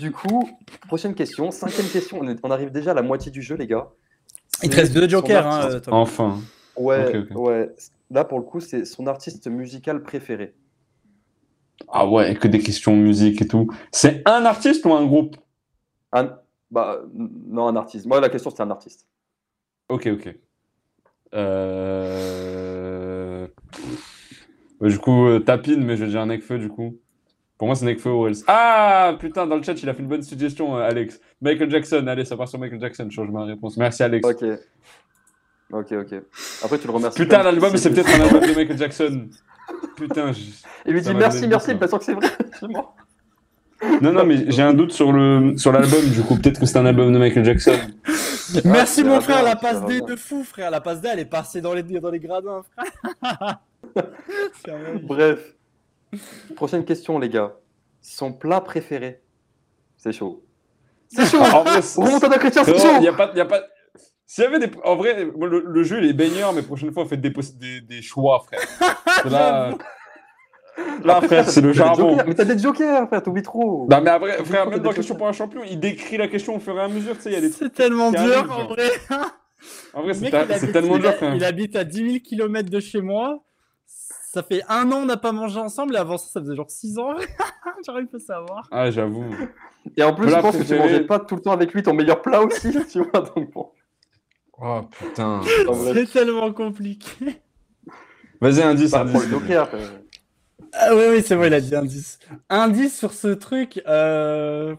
du coup, prochaine question. Cinquième question. On, est- on arrive déjà à la moitié du jeu, les gars. Il te reste deux C'est son jokers, hein, artiste. euh, Thomas. Enfin. Ouais, Ok, ok. ouais. Là, pour le coup, c'est son artiste musical préféré. Ah ouais, que des questions de musique et tout. C'est un artiste ou un groupe Un... Bah, non, un artiste. Moi, la question, c'est un artiste. Ok, ok. Euh... Du coup, euh, tapine, mais je vais dire un Nekfeu, du coup. Pour moi, c'est Nekfeu ou Wells. Ah, putain, dans le chat, il a fait une bonne suggestion, euh, Alex. Michael Jackson, allez, ça part sur Michael Jackson, je change ma réponse. Merci, Alex. Ok. Ok, ok. Après, tu le remercies. Putain, quand même. l'album, c'est peut-être un album de Michael Jackson. Putain, je- Il lui ça dit m'a merci, donné merci, le doute, pas sûr que c'est vrai. effectivement. Non, non, mais j'ai un doute sur le sur l'album, du coup. Peut-être que c'est un album de Michael Jackson. Merci tu mon verras frère, bien, la tu passe verras D bien. de fou, frère. La passe D, elle est passée dans les, dans les gradins, frère. C'est un vrai- Bref. Prochaine question, les gars. Son plat préféré C'est chaud. C'est chaud En vrai, c'est- Remontada chrétien, c'est Frérot, chaud y a pas, y a pas. S'il y avait des, en vrai, moi, le, le jeu il est baigneur, mais prochaine fois faites des, poss- des, des choix, frère. Parce que Là, euh, là, Après, frère, c'est le Bah, T'as des jarbon. jokers, Mais t'as des jokers, frère, t'oublies trop. Non, mais après, Jokers, frère, même des dans la jokers. question pour un champion, il décrit la question au fur et à mesure, tu sais, il y a des trucs. C'est tellement qui arrivent, dur, en genre. vrai. En vrai, Le c'est mec, ta- il c'est habite- tellement il dur, a- frère. Il habite à 10 000 km de chez moi. Ça fait un an, on n'a pas mangé ensemble. Et avant ça, ça faisait genre 6 ans. J'aurais pu savoir. Ah, j'avoue. Et en plus, Plat je pense que tu préféré. mangeais pas tout le temps avec lui ton meilleur plat aussi, tu vois. Donc bon. Oh putain. En vrai, C'est tellement compliqué. Vas-y, indice, Pas pour indice. le joker. frère. Ah oui, oui, c'est vrai, il a dit indice. Indice sur ce truc. Euh...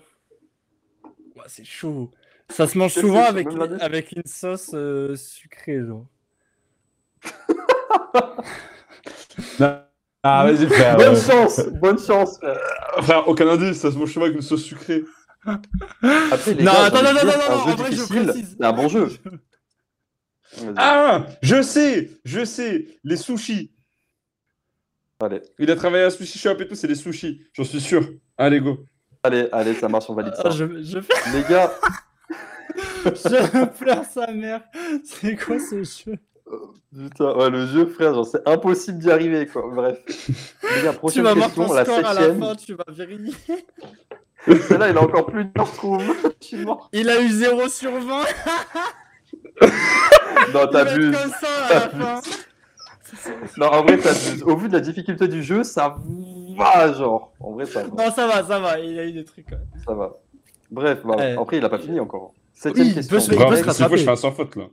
Ouah, c'est chaud. Ça se mange Qu'est-ce souvent que c'est, avec, même l'indice avec une sauce euh, sucrée, genre. Ah, vas-y, frère. Bonne euh, chance, bonne chance. Euh, frère. Frère, aucun indice, ça se mange pas avec une sauce sucrée. Après, les Non, gars, attends, j'ai envie non, de non, dire, non, c'est un non, jeu en vrai, je difficile, précise. C'est un bon jeu. Vas-y. Ah, je sais, je sais, les sushis. Allez, Il a travaillé à Sushi Shop et tout, c'est des sushis, j'en suis sûr. Allez, go. allez, allez, ça marche, on valide ça. Ah, je, je, pleure- Les gars, je pleure sa mère. C'est quoi ce jeu putain, ouais, le jeu, frère, genre, c'est impossible d'y arriver, quoi. Bref. Les gars, Tu prochaine vas voir ton question, la score à la septième. fin, tu vas vérifier. Celle-là, elle est encore plus dure, je trouve. Je suis mort. Il a eu 0 sur 20. Non, Il va être t'abuses. comme ça à la fin. Non, en vrai, t'abuses. Au vu de la difficulté du jeu, ça va, genre. En vrai, ça va. Non, ça va, ça va. Il a eu des trucs. quand même. Ça va. Bref, bah, Ouais. après, il a pas fini encore. Septième il question. peut se- il peut Bravo, se cette fois, rattraper. je fais un sans faute là.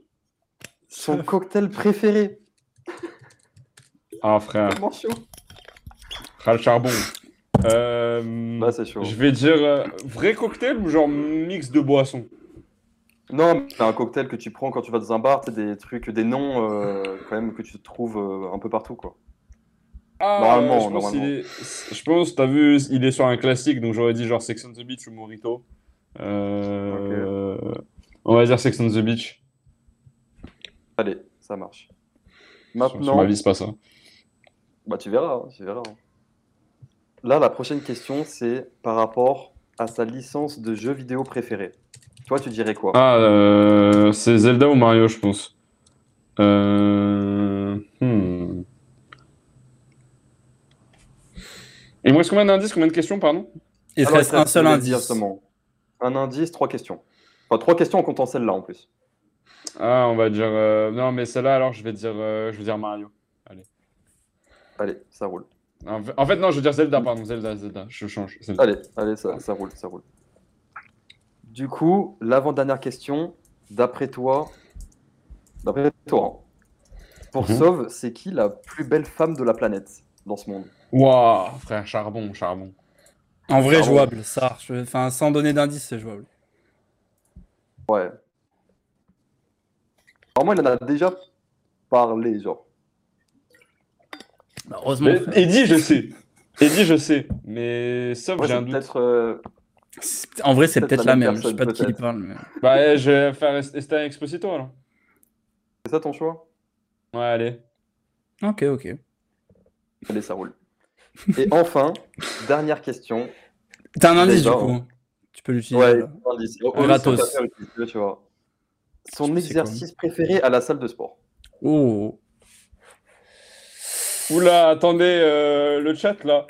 Son cocktail préféré. Ah, frère, Comment chaud ras le charbon. Euh, Là, Ah, c'est chaud. je vais dire euh, vrai cocktail ou genre mix de boissons Non, mais c'est un cocktail que tu prends quand tu vas dans un bar, c'est des trucs, des noms euh, quand même que tu trouves euh, un peu partout quoi. Ah, Normalement, je pense, normalement. il est- je pense, t'as vu, il est sur un classique, donc j'aurais dit genre Sex on the Beach ou Morito. Euh, On va dire Sex on the Beach. Allez, ça marche. Sur ma Maintenant, vie, c'est pas ça. bah tu verras, hein, tu verras. hein. Là, la prochaine question, c'est par rapport à sa licence de jeu vidéo préférée. Toi, tu dirais quoi Ah, euh, c'est Zelda ou Mario, je pense. Euh... hmm. Il me reste combien d'indices, combien de questions, pardon? Il te Alors, reste ça, un seul je voulais dire indice. seulement. Un indice, trois questions. Enfin, trois questions en comptant celle-là en plus. Ah, on va dire... euh, Non, mais celle-là, alors, je vais dire, euh, je vais dire Mario. Allez, ça roule. En fait, en fait, non, je vais dire Zelda, pardon. Zelda, Zelda. Je change. Zelda. Allez, allez, ça, ça roule, ça roule. Du coup, l'avant-dernière question, d'après toi, d'après toi, hein. pour Mhm. Sauve, c'est qui la plus belle femme de la planète dans ce monde Waouh, frère, charbon, charbon. En vrai, Ah bon jouable. Ça, je- enfin, sans donner d'indice, c'est jouable. Ouais. Alors moi, il en a déjà parlé, genre. Bah, heureusement. Mais, Eddie, je sais. Eddie, je sais. Mais sauf, Ouais, j'ai c'est un doute. peut-être, euh, C'est- En vrai, c'est Peut-être peut-être la la même même. Je sais pas de qui il personne, parle. mais- Bah, eh, je vais faire Est- Esther Exposito, alors. C'est ça ton choix Ouais, allez. Ah, Ok, ok. Allez, ça roule. Et enfin, dernière question. T'as un indice du Déjà, coup. hein. Tu peux l'utiliser. Ouais, là. indice. Oh, Un oui, gratos. c'est pas faire utile, tu vois. Son Je sais quoi. exercice préféré à la salle de sport. Oh. Oula, attendez, euh, le chat là.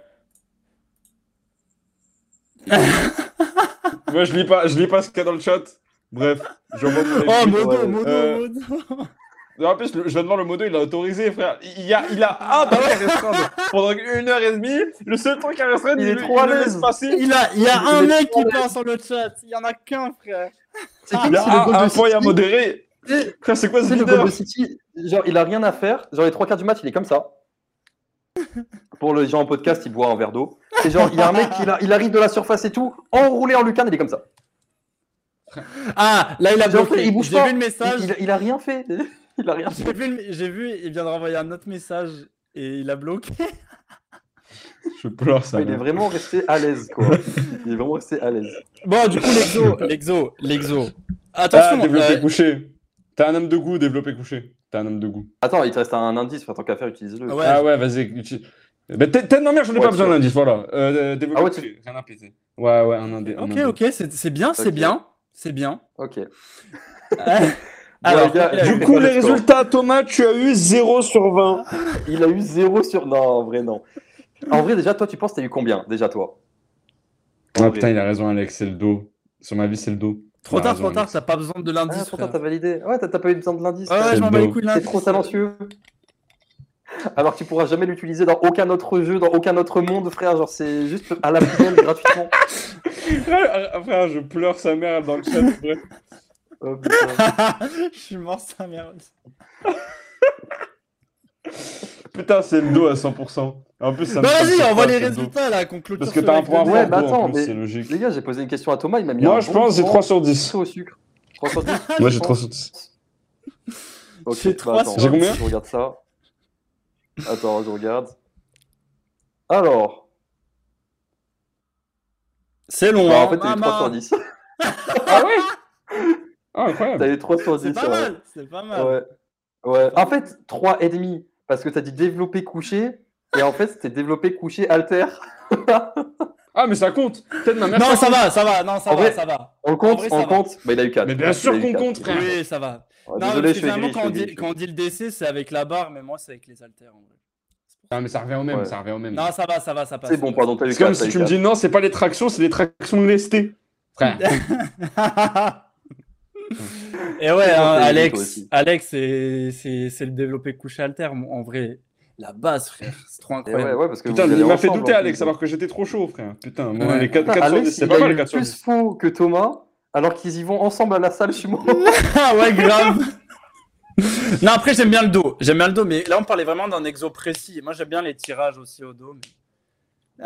Moi, je lis euh, pas, je lis pas ce qu'il y a dans le chat. Bref, je Oh, Ouais. modo, modo, Euh, modo. En plus, le- je viens de voir le modo, il a autorisé, frère. Il y a, il a ah, un bah dans la restreinte. Pendant une heure et demie, le seul truc à restreindre, Il est le- trop à le l'aise. laisse passer. Il, a, il y a Il un est mec qui parle sur le chat. Il y en a qu'un, frère. C'est Il comme y si Ah, le a goal un, un de point à City- modérer. Tu sais- Frère, c'est quoi tu ce sais, le goal leader de City, genre, il a rien à faire. Genre, les trois quarts du match, il est comme ça. Pour les gens en podcast, il boit un verre d'eau. C'est genre, il y a un mec, il, a- il arrive de la surface et tout, enroulé en lucarne, il est comme ça. Ah, là, il a J'ai bloqué. entendu, il bouge J'ai pas. vu le Il, message. il a- il a rien fait. Il a rien fait. J'ai vu, le- j'ai vu, il vient de renvoyer un autre message et il a bloqué. Je pleure, ça. Il est mec. vraiment resté à l'aise, quoi. Il est vraiment resté à l'aise. Bon, du coup, l'exo, l'exo, l'exo. Ah, Attention, développé euh, couché. T'es un homme de goût, développé couché. T'es un homme de goût. Attends, il te reste un indice, enfin, tant qu'à faire, utilise-le. Ouais. Ah ouais, vas-y. uti- Mais t'es, t'es- non, merde, j'en ai Ouais, pas tu besoin vois. d'indice, voilà. Euh, développé Ah ouais, tu- couché, rien à péter. Ouais, ouais, un indice. ok, ok, c'est c'est bien, c'est ah, Ok. bien, c'est bien. Ok. Alors, les gars, il a du eu- Du C'est coup, quoi le les score résultats, Thomas, tu as eu 0 sur 20. Il a eu 0 sur. Non, en vrai, non. En vrai, déjà, toi, tu penses, t'as eu combien Déjà, toi Ah putain, il a raison, Alex, c'est le dos. Sur ma vie, c'est le dos. trop Il a tard, raison, trop tard, Alex. t'as pas besoin de Bah, Ah, l'indice. pourtant, frère. t'as validé. Ouais, t'as t'as pas eu besoin de l'indice. Ah ouais, t'as- je m'en bats les couilles de T'es l'indice. trop talentueux. Alors que tu pourras jamais l'utiliser dans aucun autre jeu, dans aucun autre monde, frère. Genre, c'est juste à la poubelle gratuitement. Ah, Frère, je pleure sa mère dans le chat. vrai. Oh, putain. Je suis mort, sa merde. Putain, c'est le dos à 100%. En plus, ça Bah me tombe vas-y, sur on voit les toi, c'est le dos. résultats là, qu'on clôture Parce que ce t'as un live de point merde. Ouais, en bah dos, en attends, plus, mais c'est logique. Les gars, j'ai posé une question à Thomas, il m'a mis un Moi, je bon pense, j'ai grand 3 sur 10. saut au sucre. 3 sur 10 Moi, j'ai 3 sur 10. Ok, J'ai bah trois attends, sur J'ai combien Je regarde ça. Attends, je regarde. Alors, C'est long, bah, hein. en fait, t'as eu 3 maman. sur 10. Ah ouais Ah, incroyable. T'as eu 3 sur 10. C'est pas ouais. mal, c'est pas mal. Ouais. ouais. En fait, 3 et demi. Parce que t'as dit développer couché. Et en fait, c'était développer couché alter. Ah, mais ça compte. Peut-être ma mère. Non, ça va, ça va, non, ça En va, vrai- ça va. On le compte, Ah vrai, ça on le va. compte. Bah, il a eu 4. Mais bien sûr qu'on compte, frère. Oui, ça va. Non, Ah, désolé, parce je que suis finalement, gris. quand, on je suis dit, gris, quand on dit le décès, c'est avec la barre, mais moi, c'est avec les haltères. en vrai. Ah, mais ça revient au même, Ouais. ça revient au même. Non, ça va, ça va, ça je passe. suis gris. Mm. C'est bon, pardon, t'as eu C'est 4. comme si tu me dis non, c'est pas les tractions, c'est les tractions lestées. Frère. Et ouais, hein, t'as eu toi Alex, aussi. Alex c'est c'est- c'est le développé couché alter. mon- En vrai, la base, frère, c'est trop Ouais, incroyable. ouais, parce que Putain, vous mais allez il m'a fait ensemble, douter, en Alex, plus. alors que j'étais trop chaud, frère. Putain, moi, Ouais. les 4, Putain, 4 sur Alex, 10, c'est il pas a mal, eu 4 sur plus 10. faux que Thomas, alors qu'ils y vont ensemble à la salle, je suis mort. Ah ouais, grave. non, après, j'aime bien le dos. J'aime bien le dos, mais là, on parlait vraiment d'un exo précis. Et moi, j'aime bien les tirages aussi au dos. mais-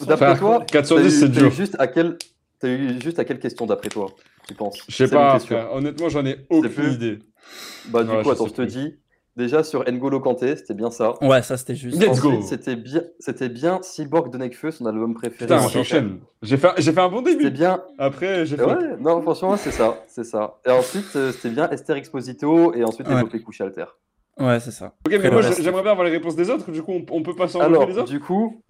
D'après Frère, toi, 4 sur t'as 10, eu- c'est t'as eu dur. juste à quel- t'as eu juste à quelle question d'après toi, tu penses Je sais C'est la pas, même question. frère. Honnêtement, j'en ai aucune plus. idée. Bah, du Ouais, coup, je attends, sais je te plus. dis, déjà sur N'Golo Kanté, c'était bien ça. Ouais, ça, c'était juste. Let's go. Ensuite, c'était bien, c'était bien Cyborg de Nekfeu, son album préféré. Putain, c'est- j'enchaîne. J'ai fait, j'ai fait un bon C'était début. bien. Après, j'ai fait. Ouais, non, franchement, c'est ça, c'est ça. Et ensuite, euh, c'était bien Esther Exposito et ensuite Ouais. développé couché alter. Ouais, c'est ça. Ok, mais le moi, reste. j'aimerais bien avoir les réponses des autres. Du coup, on, on peut passer en revue les Alors, autres. du coup,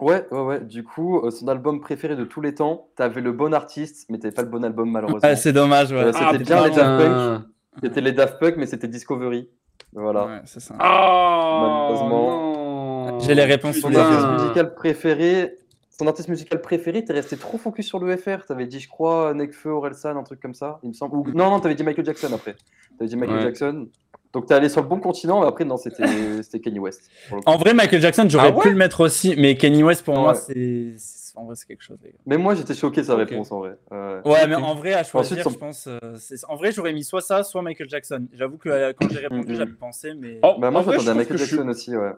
ouais, ouais, ouais. Du coup, euh, son album préféré de tous les temps. T'avais le bon artiste, mais t'avais pas le bon album malheureusement. Ouais, c'est dommage, ouais. Ah, Euh, c'était bien les putain. Daft c'était les Daft Punk, mais c'était Discovery. Voilà. Ouais, c'est ça. Ah Malheureusement. non. J'ai les réponses sous Son les Putain. artiste musical préféré. Son artiste musical préféré, t'es resté trop focus sur le FR. T'avais dit, je crois, Nekfeu, Orelsan, un truc comme ça, il me semble. Ou- Non, non, t'avais dit Michael Jackson après. T'avais dit Michael Ouais. Jackson. Donc t'es allé sur le bon continent, mais après, non, c'était c'était Kanye West. pour le coup. En vrai, Michael Jackson, j'aurais Ah ouais pu le mettre aussi, mais Kanye West, pour Ah Ouais. moi, c'est. c'est- En vrai, c'est quelque chose. les gars. Mais moi, j'étais choqué de sa Ok. réponse en vrai. Ouais. Ouais, Ok. mais en vrai, à choisir, Ensuite, son- je pense. euh, c'est- en vrai, j'aurais mis soit ça, soit Michael Jackson. J'avoue que euh, quand j'ai répondu, Mhm. j'avais pensé, mais. Oh, Bah, moi, en j'attendais vrai, à je trouve que Michael je suis- Jackson aussi, ouais.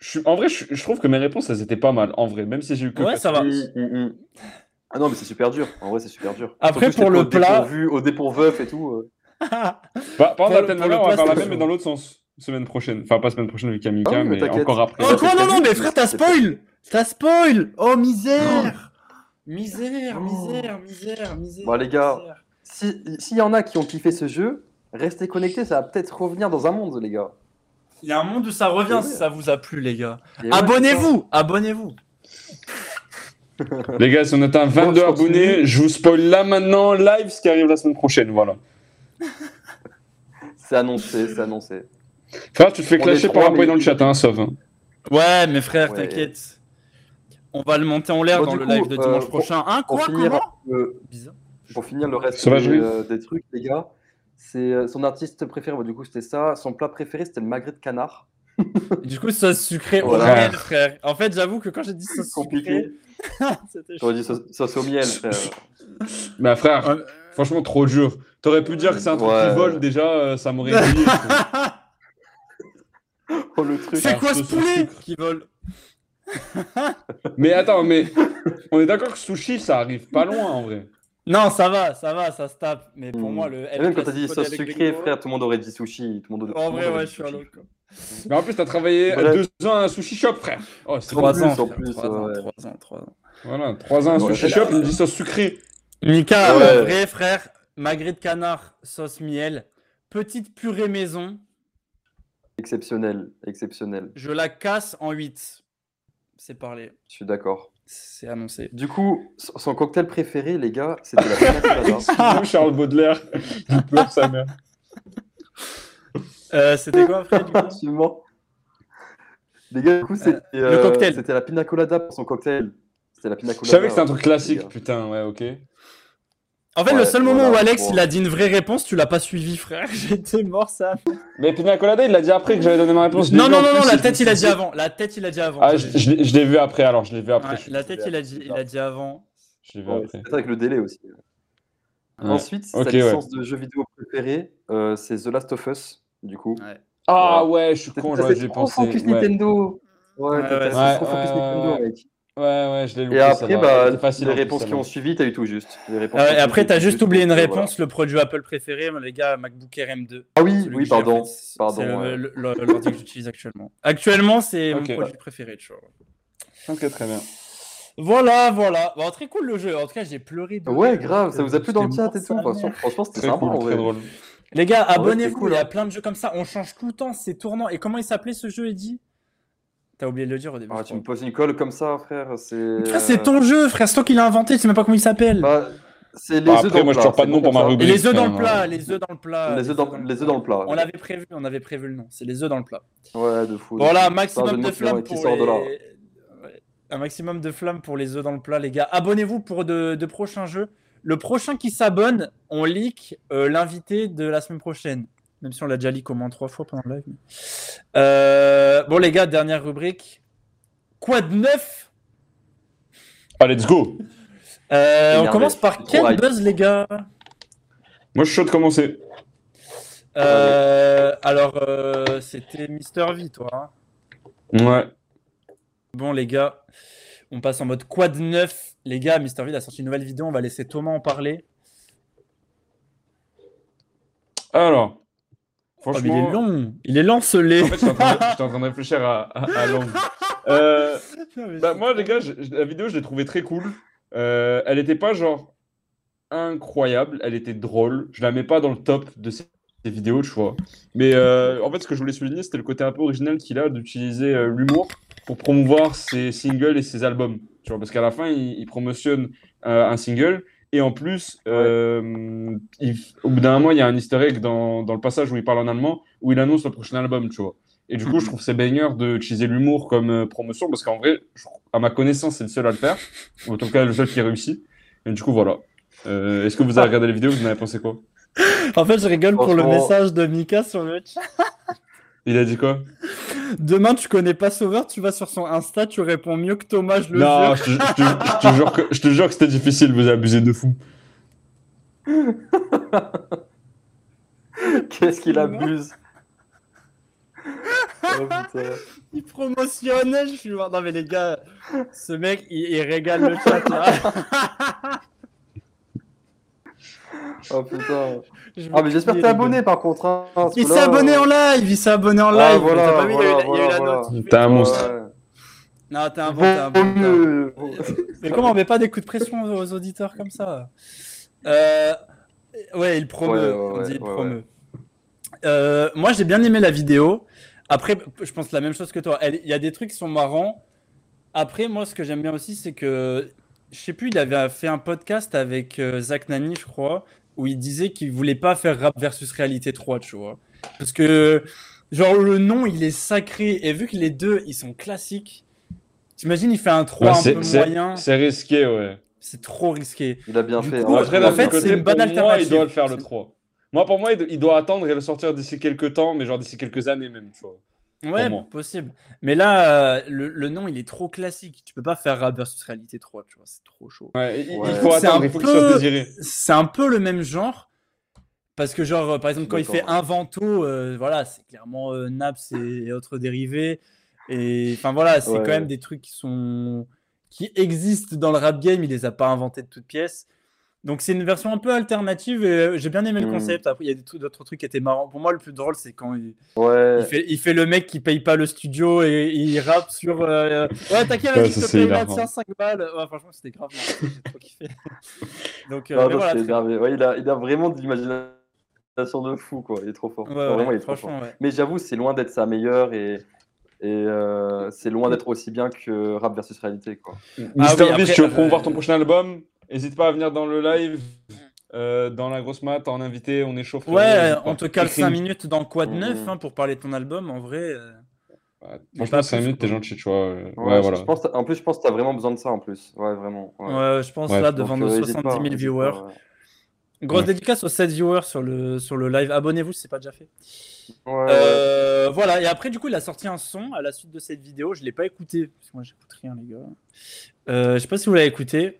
je suis- en vrai, je, je trouve que mes réponses, elles étaient pas mal. En vrai, même si j'ai eu que. Ouais, quatre. ça va. Mm, mm, mm. Ah non, mais c'est super dur. En vrai, c'est super dur. Après, Surtout que pour le j'étais au plat- dépourvu- Au dépourveuf et tout. euh. Bah, par Pour le- exemple, pour le on va faire la place, même, mais dans l'autre sens. Semaine prochaine. Enfin, pas semaine prochaine avec Kamika, Ah oui, mais mais t'inquiète. encore après. Oh, quoi, non, non, C'était mais prévu, frère, t'as c'était spoil T'as spoil Oh, misère Misère, misère, misère, misère. Bon, les gars. misère. Si- S'il y en a qui ont kiffé ce jeu, restez connectés, ça va peut-être revenir dans un monde, les gars. Il y a un monde où ça revient Eh Ouais. si ça vous a plu, les gars. Et ouais, Abonnez-vous Abonnez-vous Les gars, si on atteint 22 je continue. abonnés, je vous spoil là maintenant, live, ce qui arrive la semaine prochaine. Voilà. c'est ça. C'est annoncé, c'est annoncé. Frère, tu te fais On est clasher trois, par un mais- boy dans le chat, hein, sauf. hein. Ouais, mais frère, Ouais. t'inquiète. On va le monter en l'air Bon, dans du le coup, live de euh, dimanche pour- prochain. Hein, Pour quoi finir, Comment euh, Bizarre. pour finir le reste des, Sauvagerie. euh, des trucs, les gars, C'est euh, son artiste préféré, bah, du coup, c'était ça. Son plat préféré, c'était le magret de canard. Du coup, sauce sucrée au Voilà. miel, frère. En fait, j'avoue que quand j'ai dit sauce Compliqué. sucrée, c'était chaud. J'aurais dit sauce sauce au miel, frère. Mais frère, franchement, trop dur. T'aurais pu dire que c'est un truc Ouais. qui vole déjà, euh, ça m'aurait éveillé. je trouve. Oh, le truc. C'est quoi ce Sauce au poulet sucre. qui vole mais attends, mais on est d'accord que sushi, ça arrive pas loin en vrai. Non, ça va, ça va, ça se tape. Mais pour Hmm. moi, le. Et El même quand t'as Clasico dit sauce avec des sucrée, gros- frère, tout le monde aurait dit sushi. Tout le monde, tout En le vrai, monde aurait ouais, je dit suis un sushi. loco. Mais en plus, t'as travaillé Voilà. deux ans à un sushi shop, frère. Oh, c'est Trois plus, trop nul. ans. en frère, plus, trois ans, ouais. trois ans, trois ans. Voilà, trois ans à un Ouais, sushi c'est shop, là. il me dit sauce sucrée. Mika, Ouais. en vrai, frère, magret de canard, sauce miel, petite purée maison, Exceptionnel, exceptionnel. je la casse en 8. C'est parlé, Je suis d'accord. c'est annoncé. Du coup, son son cocktail préféré, les gars, c'était la pina colada. Excuse-moi, Charles Baudelaire, il pleure sa mère. Euh, C'était quoi, frère du coup Absolument. Les gars, du coup, c'était le euh, cocktail. c'était la pina colada pour son cocktail. C'était la pina Je colada. savais que c'était un truc les classique, gars. putain, ouais, ok. En fait, le Ouais, seul voilà, moment où Alex bon. il a dit une vraie réponse, tu l'as pas suivi, frère. J'étais mort, ça. Mais Pina Colada, il l'a dit après que j'avais donné ma réponse. je l'ai Non, vu non, en non, plus, non, et la je tête me il a suis dit avant. La tête il a dit avant. Ah, Ouais, je, je l'ai- je l'ai vu après, alors je l'ai vu après. je, la tête il a dit, il a dit avant. je l'ai vu Ouais, après. C'était avec le délai aussi. Ouais. Ensuite, sa Ok, ouais. licence de jeu vidéo préférée, euh, c'est The Last of Us, du coup. Ouais. Ah ouais, je suis C'est- con, ça, j'aurais c'est dû y trop penser. focus Ouais, ouais, Nintendo. Ouais, Ouais, ouais, t'as- t'as- ouais, c'est trop focus ouais, Nintendo, ouais. mec. ouais, je l'ai loupé. Et après, ça bah, va, c'était facile, les en plus, réponses ça qui va. ont suivi, t'as eu tout juste. Les réponses Euh, qui et ont après, suivi, t'as juste oublié une donc, euh, réponse, le produit Apple préféré, mais les gars, MacBook Air M2. voilà. Ah oui, Celui oui, que j'ai, en pardon. fait, c'est- pardon, C'est le- ouais. le- le- l'ordi que j'utilise actuellement. Actuellement, c'est Ok. mon produit préféré, tu vois. Ok, très bien. Voilà, voilà. Bon, très cool le jeu. En tout cas, j'ai pleuré. de Ouais, rire. grave, ça vous a plu dans le J'étais chat mort et sa tout. mère. Franchement, franchement, c'était Très sympa cool, en très vrai. drôle. Les gars, c'était abonnez-vous. cool, Il y a hein. plein de jeux comme ça. On change tout le temps. C'est tournant. Et comment il s'appelait ce jeu, Eddy T'as oublié de le dire au début. Ah, je tu crois. me poses une colle comme ça, frère. C'est. euh, Frère, c'est ton jeu, frère. C'est toi qui l'as inventé. Tu sais même pas comment il s'appelle. Bah, c'est les Bah, œufs après, dans le moi, je plat, sors pas de c'est nom bon pour ma comme ça. rubrique. Et les œufs dans le euh, plat. Les œufs dans le plat. Les œufs dans, les œufs dans le plat. On l'avait prévu. On avait prévu le nom. C'est les œufs dans le plat. Ouais, de fou. de Voilà, fou. C'est un maximum de jeu mots qui- flammes qui pour sort de là. les- Ouais, Un maximum de flammes pour les œufs dans le plat, les gars. Abonnez-vous pour de, de prochains jeux. Le prochain qui s'abonne, on leak euh, l'invité de la semaine prochaine. Même si on l'a déjà leak au moins trois fois pendant le live. mais- Euh, bon, les gars, dernière rubrique. Quoi de neuf Ah, let's go. Euh, On Énervé. commence par Trop quel hype. buzz, les gars Moi, je suis chaud de commencer. Euh, Alors, euh, c'était Mister V, toi. hein Ouais. Bon, les gars, on passe en mode quad neuf. Les gars, Mister Vid a sorti une nouvelle vidéo. On va laisser Thomas en parler. Alors, Oh, mais il franchement. est long. Il est lancelé. En fait, j'étais en train de- j'étais en train de réfléchir à, à, à l'angle. Euh, bah, moi, les gars, je- je- la vidéo, je l'ai trouvée très cool. Euh, elle n'était pas genre incroyable, elle était drôle. Je la mets pas dans le top de ces ces vidéos, tu vois. Mais euh, en fait, ce que je voulais souligner, c'était le côté un peu original qu'il a d'utiliser euh, l'humour pour promouvoir ses singles et ses albums. Tu vois, parce qu'à la fin, il, il promotionne euh, un single. Et en plus, euh, il- au bout d'un moment, il y a un easter egg dans, dans le passage où il parle en allemand, où il annonce le prochain album, tu vois. Et du coup, je trouve que c'est baigneur d'utiliser l'humour comme euh, promotion, parce qu'en vrai, je- à ma connaissance, c'est le seul à le faire. En tout cas, le seul qui réussit. Et du coup, voilà. Euh, Est-ce que vous avez regardé la vidéo Vous en avez pensé quoi En fait, je rigole pour le Franchement. message de Mika sur le chat. Il a dit quoi Demain, tu connais pas Sauveur, tu vas sur son Insta, tu réponds mieux que Thomas, je le Non, jure. je te, je te- je te jure que, je te jure que c'était difficile, vous abusez de fou. Qu'est-ce qu'il abuse Oh putain. Il promotionnait, je suis mort. Non, mais les gars, ce mec, il, il régale le chat là. Oh putain. Je Ah, vais mais j'espère que crier, les t'es abonné gars. par contre. hein, parce Il que s'est là, abonné en live, il s'est abonné en Ah, live. mais voilà, t'as pas vu, il y a eu la- voilà, il y a eu la voilà. notif. T'es un ouais. monstre. Non, t'es un bon, Vaut t'es un bon. t'es un bon. mieux. Mais comment on met pas des coups de pression aux aux auditeurs comme ça Euh, Ouais, il promeut. Ouais, ouais, on dit ouais, il ouais, promeut. Euh, moi, j'ai bien aimé la vidéo. Après, je pense la même chose que toi. Elle- Il y a des trucs qui sont marrants. Après, moi, ce que j'aime bien aussi, c'est que je sais plus, il avait fait un podcast avec euh, Zach Nani, je crois, où il disait qu'il voulait pas faire rap versus réalité 3, tu vois. Parce que, genre, le nom, il est sacré. Et vu que les deux, ils sont classiques, t'imagines, il fait un 3 Ouais, un c'est- peu c'est- moyen. C'est risqué, ouais. C'est trop risqué. Il a bien Du fait. coup, hein. Après, en d'un fait, côté, c'est une bonne pour moi, alternative. il doit le faire le 3. Moi, pour moi, il do- il doit attendre et le sortir d'ici quelques temps, mais genre d'ici quelques années même, tu vois. Ouais, moi. possible. Mais là, euh, le, le nom, il est trop classique. Tu peux pas faire Rap versus Réalité 3, tu vois, c'est trop chaud. Ouais, il- il, Ouais. faut C'est attendre, un il faut qu'il soit peu- désiré. C'est un peu le même genre. Parce que, genre, euh, par exemple, quand il fait D'accord. Invento, euh, voilà, c'est clairement euh, Naps et, et autres dérivés. Et enfin, voilà, c'est Ouais. quand même des trucs qui sont. qui existent dans le rap game. Il les a pas inventés de toutes pièces. Donc, c'est une version un peu alternative. Et euh, j'ai bien aimé le Hmm. concept. Après, il y a des trucs- d'autres trucs qui étaient marrants. Pour moi, le plus drôle, c'est quand il. Ouais. Il fait, il fait le mec qui paye pas le studio et il rappe sur. euh, Ouais, t'inquiète, Ouais, vas-y, ça, je te c'est paye la hilarant. tiens, 5 balles. Ouais, franchement, c'était grave. marrant, J'ai trop kiffé. Donc, euh, Non, mais non, voilà. c'est très- énervé. Ouais, il, a, il a vraiment de l'imagination de fou, quoi. Il est trop fort. Ouais, ouais, Enfin, vraiment, il est trop fort. franchement, ouais. Mais j'avoue, c'est loin d'être sa meilleure et, et euh, c'est loin d'être aussi bien que Rap versus Réalité, quoi. Mister oui, après, Beast, tu veux euh, promouvoir ton prochain album N'hésite pas à venir dans le live, euh, dans la grosse mat, en invité, on est chaud. frérot, Ouais, n'hésite pas. on te cale Écris- 5 minutes dans Quad Mhm. 9 hein, pour parler de ton album. En vrai, euh, Ouais, Pas Franchement, 5 plus, minutes, quoi. t'es gentil, tu vois. euh, Ouais, Ouais, je- voilà. je pense- en plus, je pense que tu as vraiment besoin de ça en plus. Ouais, vraiment. ouais. ouais, je pense Ouais. là, Donc, devant euh, nos hésite 70 pas, 000 hésite pas, viewers. ouais. Grosse Ouais. dédicace aux 7 viewers sur le, sur le live. Abonnez-vous si c'est pas déjà fait. Ouais, ouais. Euh, voilà, et après, du coup, il a sorti un son à la suite de cette vidéo. Je l'ai pas écouté, parce que moi, j'écoute rien, les gars. Euh, je sais pas si vous l'avez écouté.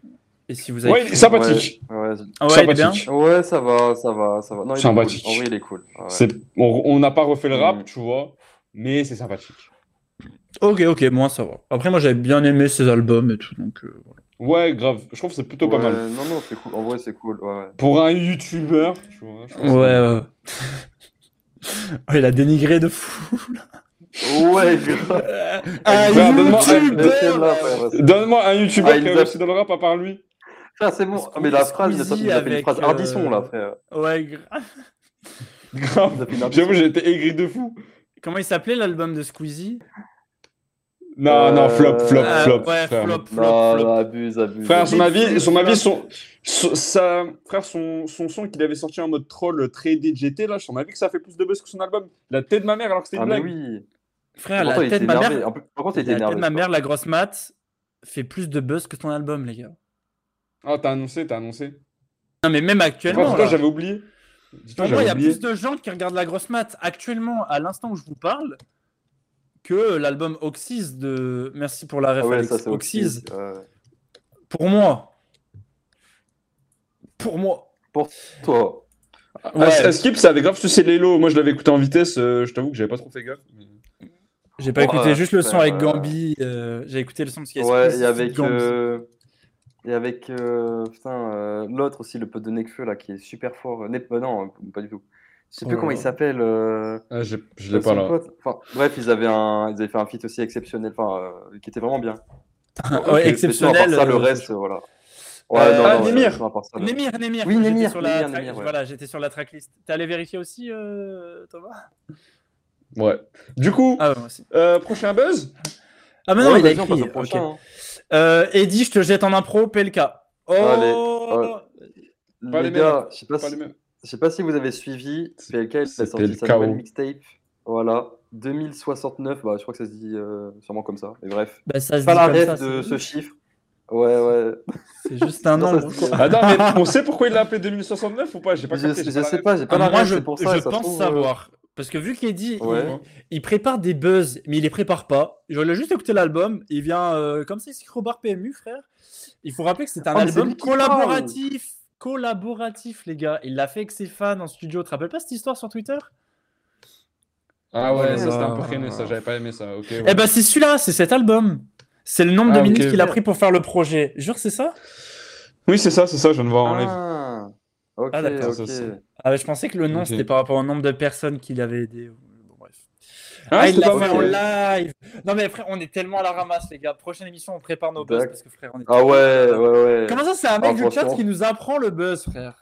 Et si vous avez. Ouais, il est sympathique. Ouais, Ah ouais, il est bien. Sympathique. Ouais, ça va, ça va, ça va. Non, il est cool. Sympathique. En vrai, il est cool. Ouais. C'est- On on n'a pas refait le rap, Mm. tu vois, mais c'est sympathique. Ok, ok, moi ça va. Après, moi j'avais bien aimé ses albums et tout, donc. euh, voilà. Ouais, grave. Je trouve que c'est plutôt pas Ouais, mal. Non, non, c'est cool. En vrai, c'est cool. Ouais, ouais. Pour un youtubeur, tu vois. je trouve que c'est- Ouais, ouais. Oh, il a dénigré de fou. Ouais, grave. Ah, Frère, donne-moi- Laissez-la, youtubeur frère. Donne-moi un Ah, youtubeur il qui a nous a- réussi dans le rap à part lui. Frère, c'est bon. Squeezie Ah, mais la phrase, il a sorti- il a fait avec, une phrase hardisson, euh, là, frère. Ouais, ah, grave. Grave. Il a fait une hardisson. J'avoue, j'ai été aigri de fou. Comment il s'appelait l'album de Squeezie Non, non, flop, Euh, flop, Ah, flop. Ouais, frère. flop, flop, Non, non, flop. abuse, abuse. Ah, Frère, son son Mais avis, tu- son, tu avis, vas- son, son- sa- frère, son, son son qu'il avait sorti en mode troll euh, très DJT, là, son avis que ça a fait plus de buzz que son album. La tête de ma mère, alors que c'était Ah, une mais blague. oui. Frère, Pourtant, Ah, la il tête de était ma énervé. mère. En plus- Par contre, il était La tête énervé. de ma mère, la grosse mat, fait plus de buzz que ton album, les gars. Ah, t'as annoncé, t'as annoncé. Non, mais même Dis-toi, actuellement. dis-toi, là. j'avais oublié. Dis-toi, Pour moi, il y j'avais a oublié. plus de gens qui regardent la grosse mat actuellement, à l'instant où je vous parle, que l'album Oxys de. Merci pour la Ah ouais, référence. ça, c'est Oxys. Oxys. Euh, Pour moi. Pour moi. Toi. Ah, Ouais. à Skip, ça avait grave sucé l'élo. Moi, je l'avais écouté en vitesse. euh, je t'avoue que j'avais pas trop fait gaffe. mais- J'ai pas Ouais, écouté juste le son ouais, avec ouais. Gambi. euh, J'ai écouté le son parce qu'il y a Ouais, et spécifique avec. Gambi. euh, Et avec. euh, Putain, euh, l'autre aussi, le pote de Nekfeu, là, qui est super fort. Euh, Nep- euh, Non, pas du tout. Je sais Oh plus là comment là. il s'appelle. euh, Ah, j'ai- je l'ai son pas là. pote. Enfin, bref, ils avaient, un... ils avaient fait un feat aussi exceptionnel, enfin, euh, qui était vraiment bien. Ah, Ouais, ok. Mais sinon, à part exceptionnel. ça, le euh, reste, euh, voilà. Euh, non, ah, non, ouais, Némir. sinon, à part ça, le- Némir, Némir. Oui, j'étais Némir, sur la Némir, track- Némir, ouais. Voilà, j'étais sur la tracklist. T'es allé vérifier aussi, euh, Thomas Ouais. Du coup, Ah, ouais, moi aussi. euh, prochain buzz Ah, mais non, Ouais, il a vas-y, on passe écrit. au prochain, ok. hein. Euh, Eddie, je te jette en impro, PLK. Allez, Oh Pas hein. les les gars, je sais pas Pas si- les mêmes. je sais pas si vous avez suivi, PLK, il a C'était sorti le sa nouvelle chaos. mixtape. Voilà, 2069, bah, je crois que ça se dit euh, sûrement comme ça, mais bref. Bah, ça se C'est pas dit la comme ref ça, de c'est- ce chiffre. Ouais, ouais. C'est juste un Non, ça nombre. se dit- euh, quoi. Attends, Ah mais on sait pourquoi il l'a appelé 2069 ou pas J'ai pas Je, capté. je j'ai pas la sais ref. pas, j'ai pas la Ah, moi, ref, je, c'est pour ça. je ça se pense trouve, euh, savoir. Parce que vu qu'Eddie, il- Ouais. il, prépare des buzz, mais il les prépare pas. Genre, il a juste écouté l'album. Il vient euh, comme c'est Crowbar PMU, frère. Il faut rappeler que c'est un Oh, Ah, mais c'est album lui qui collaboratif. Collaboratif, les gars. Il l'a fait avec ses fans en studio. Tu te rappelles pas cette histoire sur Twitter Ah ouais, Ouais, ça bah, c'était un peu freiné, ça. J'avais pas aimé ça. Ok. ouais. Eh ben, c'est celui-là, c'est cet album. C'est le nombre Ah, de minutes ok. qu'il a pris pour faire le projet. Jure, c'est ça Oui, c'est ça, c'est ça. Je viens de voir en live. Ah, ok, Ah, d'accord, ok. ça, c'est- Ah, ouais, je pensais que le nom, Ok. c'était par rapport au nombre de personnes qu'il avait aidé. Bon, bref. Ah, Ah, il c'était l'a pas fait mal. en vrai. live. Non, mais frère, on est tellement à la ramasse, les gars. Prochaine émission, on prépare nos buzz D'accord. parce que frère, on est. Ah ouais, ouais, ouais. Comment ça, c'est un mec Ah, du chat franchement. qui nous apprend le buzz, frère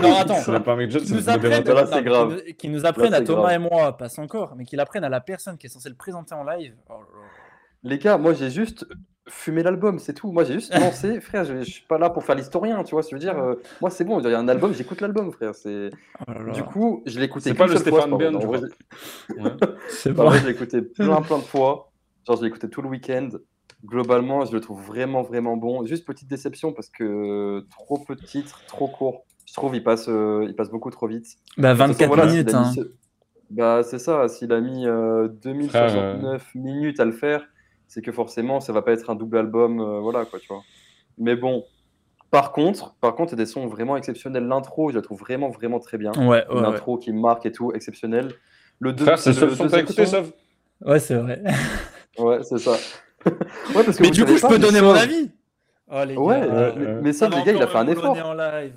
Non, attends. C'est même pas un mec jeune, Qui c'est nous le apprennent, modérateur. Là, c'est non, qui grave. nous- qui nous apprennent Là, à c'est Thomas grave. et moi, passe encore, mais qui l'apprennent à la personne qui est censée le présenter en live. Oh là là. Les gars, moi j'ai juste fumé l'album, c'est tout. Moi j'ai juste lancé, frère. Je, je suis pas là pour faire l'historien, tu vois. Je veux dire, euh, moi c'est bon. Il y a un album, j'écoute l'album, frère. C'est Oh là là. du coup, je l'écoutais. C'est pas qu'une le seule fois, Stéphane ce Bern bordel. du En vrai, rap. Ouais. c'est Bah bon. ouais, je l'ai écouté plein plein de fois. Genre, je l'ai écouté tout le week-end. Globalement, je le trouve vraiment vraiment bon. Juste petite déception parce que trop peu de titres, trop court. Je trouve il passe, euh, il passe beaucoup trop vite. Bah, De toute façon, 24 voilà, minutes. s'il a hein. mis ce- Bah, c'est ça, s'il a mis euh, 2069 euh. minutes à le faire, c'est que forcément, ça va pas être un double album, euh, voilà, quoi, tu vois. Mais bon, par contre, par contre, il y a des sons vraiment exceptionnels. L'intro, je la trouve vraiment, vraiment très bien. Ouais, ouais, ouais. L'intro qui marque et tout, exceptionnel. Le deux- Frère, c'est le seul le son que t'as deuxième écouté, son- sauf. Ouais, c'est vrai. Ouais, c'est ça. Ouais, parce que Mais vous du coup, savez je pas, peux mais donner Sauve- mon avis. Oh, les gars. Ouais, euh, Ouais, mais, ouais. mais Sauve, Ah, les gars, il a encore fait un une effort. journée en live.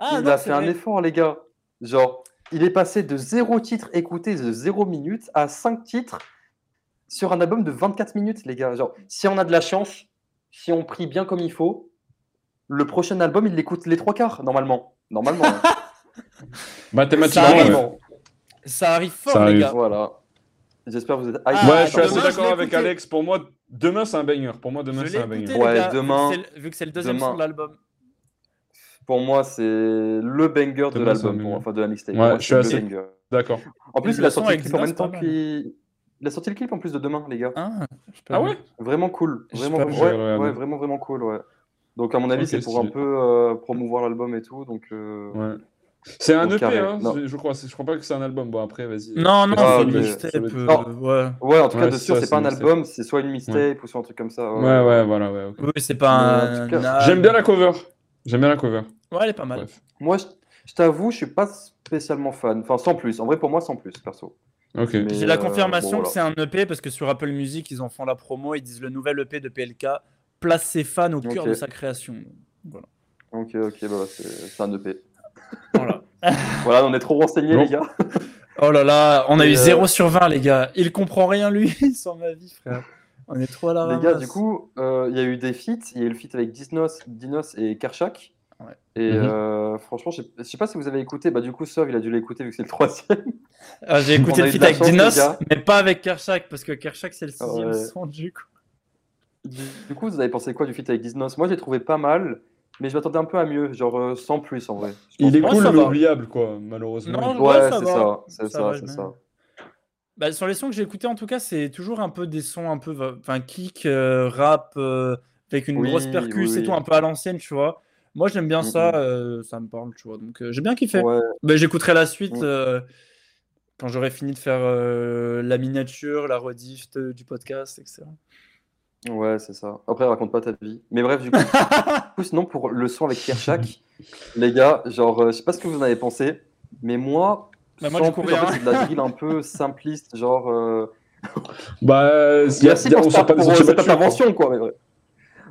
Ah, il non, a c'est fait un vrai. effort, les gars. Genre, il est passé de zéro titre écouté de zéro minute à cinq titres sur un album de 24 minutes, les gars. Genre, si on a de la chance, si on prie bien comme il faut, le prochain album, il l'écoute les trois quarts, normalement. Normalement. hein. Ça Mathématiquement, arrive. ouais. normalement. Ça arrive fort, Ça les arrive. gars. Voilà. J'espère que vous êtes. Ah, Ouais, je suis demain, assez je d'accord l'ai avec écouté. Alex. Pour moi, demain, c'est un banger. Pour moi, Je demain, l'ai c'est un écouté, banger. les Ouais, gars, demain. vu que c'est le- Vu que c'est le deuxième Demain. son de l'album. Pour moi, c'est le banger de Demain, c'est un l'album, banger. pour- enfin de la mixtape. Ouais, Pour moi, je c'est suis le assez- banger. D'accord. En plus, Et il le a son sorti le avec clip en Nas, même c'est pas temps mal. hein. qu'il. Il a sorti le clip en plus de demain, les gars. Ah, je peux Ah ouais Vraiment cool. J'ai Vraiment, pas vraiment- vu, ouais, ouais, ouais, non. vraiment, vraiment cool. Ouais. Donc, à mon avis, Ok, c'est pour un stylé. peu euh, promouvoir l'album et tout. Donc, euh, Ouais. C'est un Au EP, carré, hein, non. c'est- je crois. c'est- Je crois pas que c'est un album. Bon, après, vas-y. Non, non, Ah, c'est ok. une mixtape. Sur le- euh, Non. ouais. ouais, en tout Ouais, cas, de c'est sûr, ça, c'est c'est pas un une mixtape. album, c'est soit une mixtape ou soit un truc comme ça. Ouais, ouais, voilà, ouais. ok. Oui, c'est pas un. Mais en tout cas, un- J'aime bien la cover. J'aime bien la cover. Ouais, elle est pas mal. Bref. Moi, je, je t'avoue, je suis pas spécialement fan. Enfin, sans plus. En vrai, pour moi, sans plus, perso. Ok. Mais, J'ai la euh, confirmation bon, que c'est un EP parce que sur Apple Music, ils en font la promo. Ils disent le nouvel EP de PLK place ses fans au cœur Ok. de sa création. voilà. Ok, ok, bah, c'est c'est un EP. Voilà. Voilà, on est trop renseignés, Non. les gars. oh là là, on a Et, eu euh, 0 sur 20, les gars. Il comprend rien, lui, sans ma vie, frère. On est trop à la Les gars, ramasse. du coup, euh, il y a eu des feats. Il y a eu le feat avec Dinos, Dinos et Karchak. Ouais. Et Mhm. euh, franchement, je sais- je sais pas si vous avez écouté. Bah, du coup, Sov, il a dû l'écouter vu que c'est le troisième. Ah, J'ai écouté on a le eu de feat la avec chance, les Dinos, gars. Ah, mais pas avec Kershak parce que Kershak, c'est le sixième Ouais. son du coup. Du coup, vous avez pensé quoi du feat avec Disnos Moi, j'ai trouvé pas mal, mais je m'attendais un peu à mieux, genre euh, sans plus en vrai. Je pense Il est pas. Moi, cool, ça mais va. oubliable, quoi, malheureusement. Non, Il- cool, Ouais, ouais, ça c'est va. ça, c'est Ça ça, va, je c'est mets. ça. Bah, sur les sons que j'ai écoutés, en tout cas, c'est toujours un peu des sons un peu va- enfin, kick, euh, rap, euh, avec une Oui, grosse percus oui, et tout, oui. un peu à l'ancienne, tu vois. Moi, j'aime bien Mm, ça, mm. euh, ça me parle, tu vois. Donc, euh, j'ai bien kiffé. Ouais, Bah, J'écouterai la suite Mm. euh, quand j'aurai fini de faire euh, la miniature, la rediff de- du podcast, etc. ouais, c'est ça. Après, raconte pas ta vie. Mais bref, du coup, du coup, sinon pour le son avec Kershak, les gars, genre, euh, je sais pas ce que vous en avez pensé, mais moi, Bah, moi, sans du coup, plus, en rien. fait, c'est de la drill un peu simpliste, genre. euh, Bah, euh, y a- Merci y a- pour, on ça, sent pas des pour euh, sentiers cette battus, quoi. intervention, quoi. mais ouais.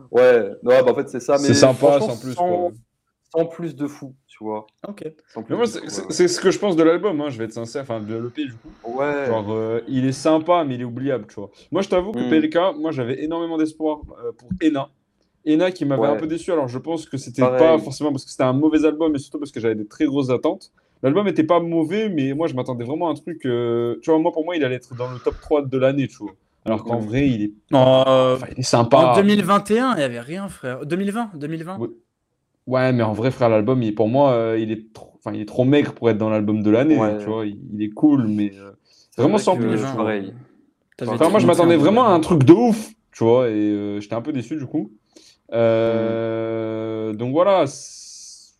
Ouais, non, bah, en fait, c'est ça. mais C'est sympa, franchement, sans plus. Sans, quoi. sans plus de fou, tu vois. Ok. Sans plus Mais moi, de c'est fou, c'est- c'est ce que je pense de l'album, hein, je vais être sincère, enfin de l'EP du coup. ouais. Ouais. Genre, euh, il est sympa, mais il est oubliable, tu vois. Moi, je t'avoue que Mm. PLK, moi, j'avais énormément d'espoir euh, pour Ena. Ena qui m'avait Ouais. un peu déçu, alors je pense que c'était Pareil. pas forcément parce que c'était un mauvais album, mais surtout parce que j'avais des très grosses attentes. L'album était pas mauvais, mais moi, je m'attendais vraiment à un truc. euh, tu vois, moi, pour moi, il allait être dans le top 3 de l'année, tu vois. Alors qu'en Mm. vrai, il est, Euh, enfin, il est sympa. En 2021, il n'y avait rien, frère. 2020, 2020. Ouais. Ouais, mais en vrai, frère, l'album, il- pour moi, euh, il est trop, enfin, il est trop maigre pour être dans l'album de l'année, Ouais. tu vois. Il, il est cool, mais euh, C'est vraiment vrai sans que, plus. euh, tu vois. genre, Pareil. T'avais Enfin, moi, je tout m'attendais hein, monté en vraiment à un 2020. truc de ouf, tu vois, et euh, j'étais un peu déçu du coup. Euh, Donc voilà, c'est-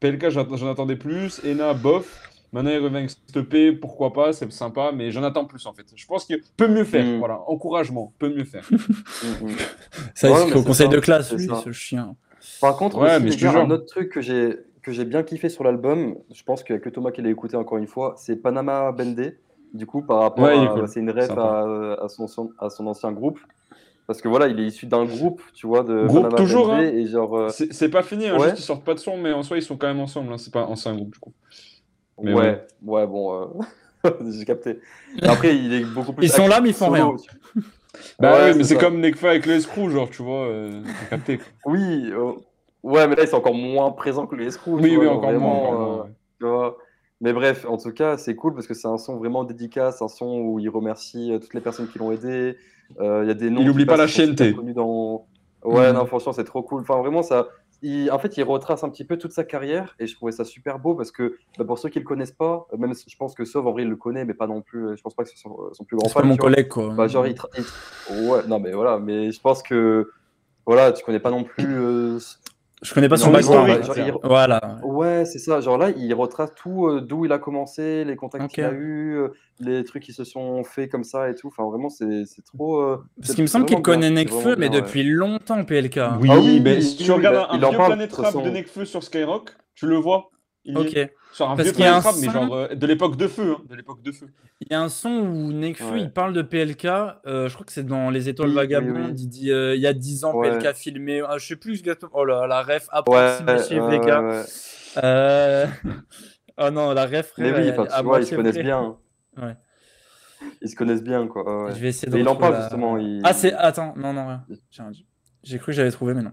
PLK, j'att- j'en attendais plus, Ena, bof. Maintenant, il revient avec Stoppé, pourquoi pas, c'est sympa, mais j'en attends plus en fait. Je pense qu'il peut mieux faire, Mm. voilà, encouragement, peut mieux faire. Mhm. Ça, Ouais, c'est mais au c'est conseil ça, de classe, c'est lui, ça. ce chien. Par contre, Ouais, aussi, mais les je te gars, jure. un autre truc que j'ai que j'ai bien kiffé sur l'album, je pense qu'il n'y a que Thomas qui l'a écouté encore une fois, c'est Panama Bende. Du coup, par rapport Ouais, il est à, bah, cool. c'est une rêve Sympa. à, à son, son- à son ancien groupe, parce que voilà, il est issu d'un groupe, tu vois, de Groupe Panama toujours, Bende, hein. et genre, euh, C'est c'est pas fini, hein, Ouais. juste ils sortent pas de son, mais en soi, ils sont quand même ensemble, hein, c'est pas c'est un groupe du coup. Mais ouais, ouais, bon, euh, j'ai capté. Après, il est beaucoup plus. Ils sont là, mais ils font rien. solo. Bah Ouais, ouais, mais c'est c'est ça. comme Nekfa avec le escrew, genre, tu vois, euh, t'as capté. quoi. Oui, euh, ouais, mais là, ils sont encore moins présents que les escrocs. tu Oui, vois, oui, genre, encore moins, vraiment, encore euh, moins. ouais. Tu vois. Mais bref, en tout cas, c'est cool parce que c'est un son vraiment dédicace, un son où il remercie euh, toutes les personnes qui l'ont aidé. Euh, Il y a des noms. Il qui oublie pas passent la qui sont super chienneté. connus Dans... Ouais, Mm. non, franchement, c'est trop cool. Enfin, vraiment, ça. il- En fait, il retrace un petit peu toute sa carrière et je trouvais ça super beau parce que bah, pour ceux qui le connaissent pas, euh, même si je pense que Sauve en vrai il le connaît, mais pas non plus. euh, Je pense pas que c'est son, euh, son plus grand C'est pas fan. mon tu vois. collègue, quoi. Bah, genre, il tra- il- Ouais, non, mais voilà, mais je pense que voilà, tu connais pas non plus euh, Je connais pas Non, son mais background. historique, ouais. genre, il- Voilà. Ouais, c'est ça. Genre là, il retrace tout euh, d'où il a commencé, les contacts qu'il Ok. a eu, euh, les trucs qui se sont faits comme ça et tout. Enfin, vraiment, c'est c'est trop. euh, Parce c'est qu'il me semble qu'il vraiment bien, connaît c'est Nekfeu, vraiment mais bien, ouais. depuis longtemps, PLK. Oui, Ah oui, mais oui, si oui, tu oui, regardes bah, un, il un en vieux parle, Planet de toute Rap de façon. Nekfeu sur Skyrock, tu le vois. Il y Ok. est. Sur un Parce vieux qu'il y a Planet un Rap, mais genre son- euh, de l'époque de feu. hein, de l'époque de feu. Il y a un son où Nekfeu Ouais. il parle de PLK. euh, je crois que c'est dans Les Étoiles Oui, oui, Vagabondes. oui. Il dit euh, il y a 10 ans, Ouais. PLK filmé. Ah, je sais plus exactement. Oh là, la ref Ouais, approximée chez ouais, VK. ouais, ouais. Euh, oh non, la ref. Mais frère, oui, elle enfin, est à tu vois, ils se moitié connaissent vraie. bien. Ouais. Ils se connaissent bien, quoi. ouais, ouais. Je vais essayer de Mais il en retrouver parle la- justement. il- Ah, c'est. Attends, non, non, rien. J'ai un- J'ai cru que j'avais trouvé, mais non.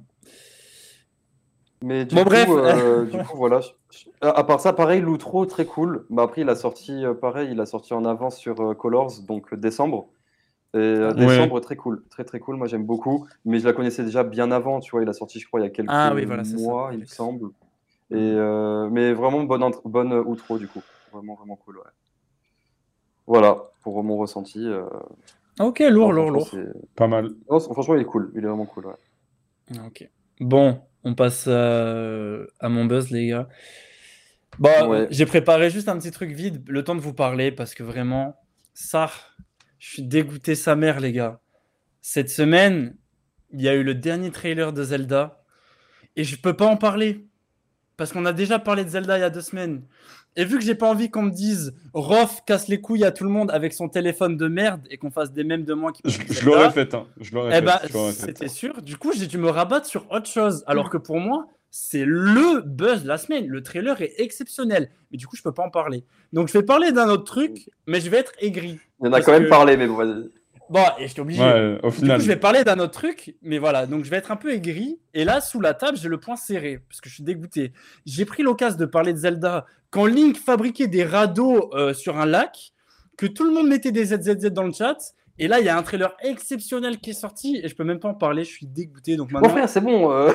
Mais du Bon, coup, bref. euh, du coup, voilà. je- je- À à part ça, pareil, Loutro, très cool. Bah, après, il a sorti, euh, pareil, il a sorti en avance sur euh, Colors, donc euh, décembre. Et euh, Ouais. décembre, très cool, très très cool. Moi, j'aime beaucoup. Mais je la connaissais déjà bien avant, tu vois. Il a sorti, je crois, il y a quelques Ah oui, voilà, c'est ça. Mm. mois, il me semble. Et, euh, mais vraiment bonne, ent- bonne euh, outro, du coup. Vraiment, vraiment cool, ouais. Voilà, pour mon ressenti. euh, Ok, lourd, lourd, franchement, lourd. c'est- Pas mal. non, c'est- franchement, il est cool. Il est vraiment cool, ouais. Ah, Ok. Bon, on passe euh, à mon buzz, les gars. Bah, Ouais. j'ai préparé juste un petit truc vide, le temps de vous parler, parce que vraiment, ça, je suis dégoûté sa mère, les gars. Cette semaine, il y a eu le dernier trailer de Zelda, et je peux pas en parler, parce qu'on a déjà parlé de Zelda il y a deux semaines. Et vu que j'ai pas envie qu'on me dise Rof casse les couilles à tout le monde avec son téléphone de merde et qu'on fasse des mèmes de moi qui Je, parlent de je Zelda, l'aurais fait. Hein. Je l'aurais eh fait. ben, je l'aurais fait. c'était sûr. Du coup, j'ai dû me rabattre sur autre chose. Alors que pour moi, c'est le buzz de la semaine. Le trailer est exceptionnel. Mais du coup, je peux pas en parler. Donc, je vais parler d'un autre truc, mais je vais être aigri. Il y en a Parce quand même que- parlé, mais bon, vas-y. Bon, et je suis obligé. Ouais, au Du coup, final. je vais parler d'un autre truc, mais voilà, donc je vais être un peu aigri. Et là, sous la table, j'ai le poing serré, parce que je suis dégoûté. J'ai pris l'occasion de parler de Zelda quand Link fabriquait des radeaux euh, sur un lac, que tout le monde mettait des ZZZ dans le chat. Et là, il y a un trailer exceptionnel qui est sorti, et je peux même pas en parler, je suis dégoûté. Donc Bon, maintenant, frère, c'est bon. euh,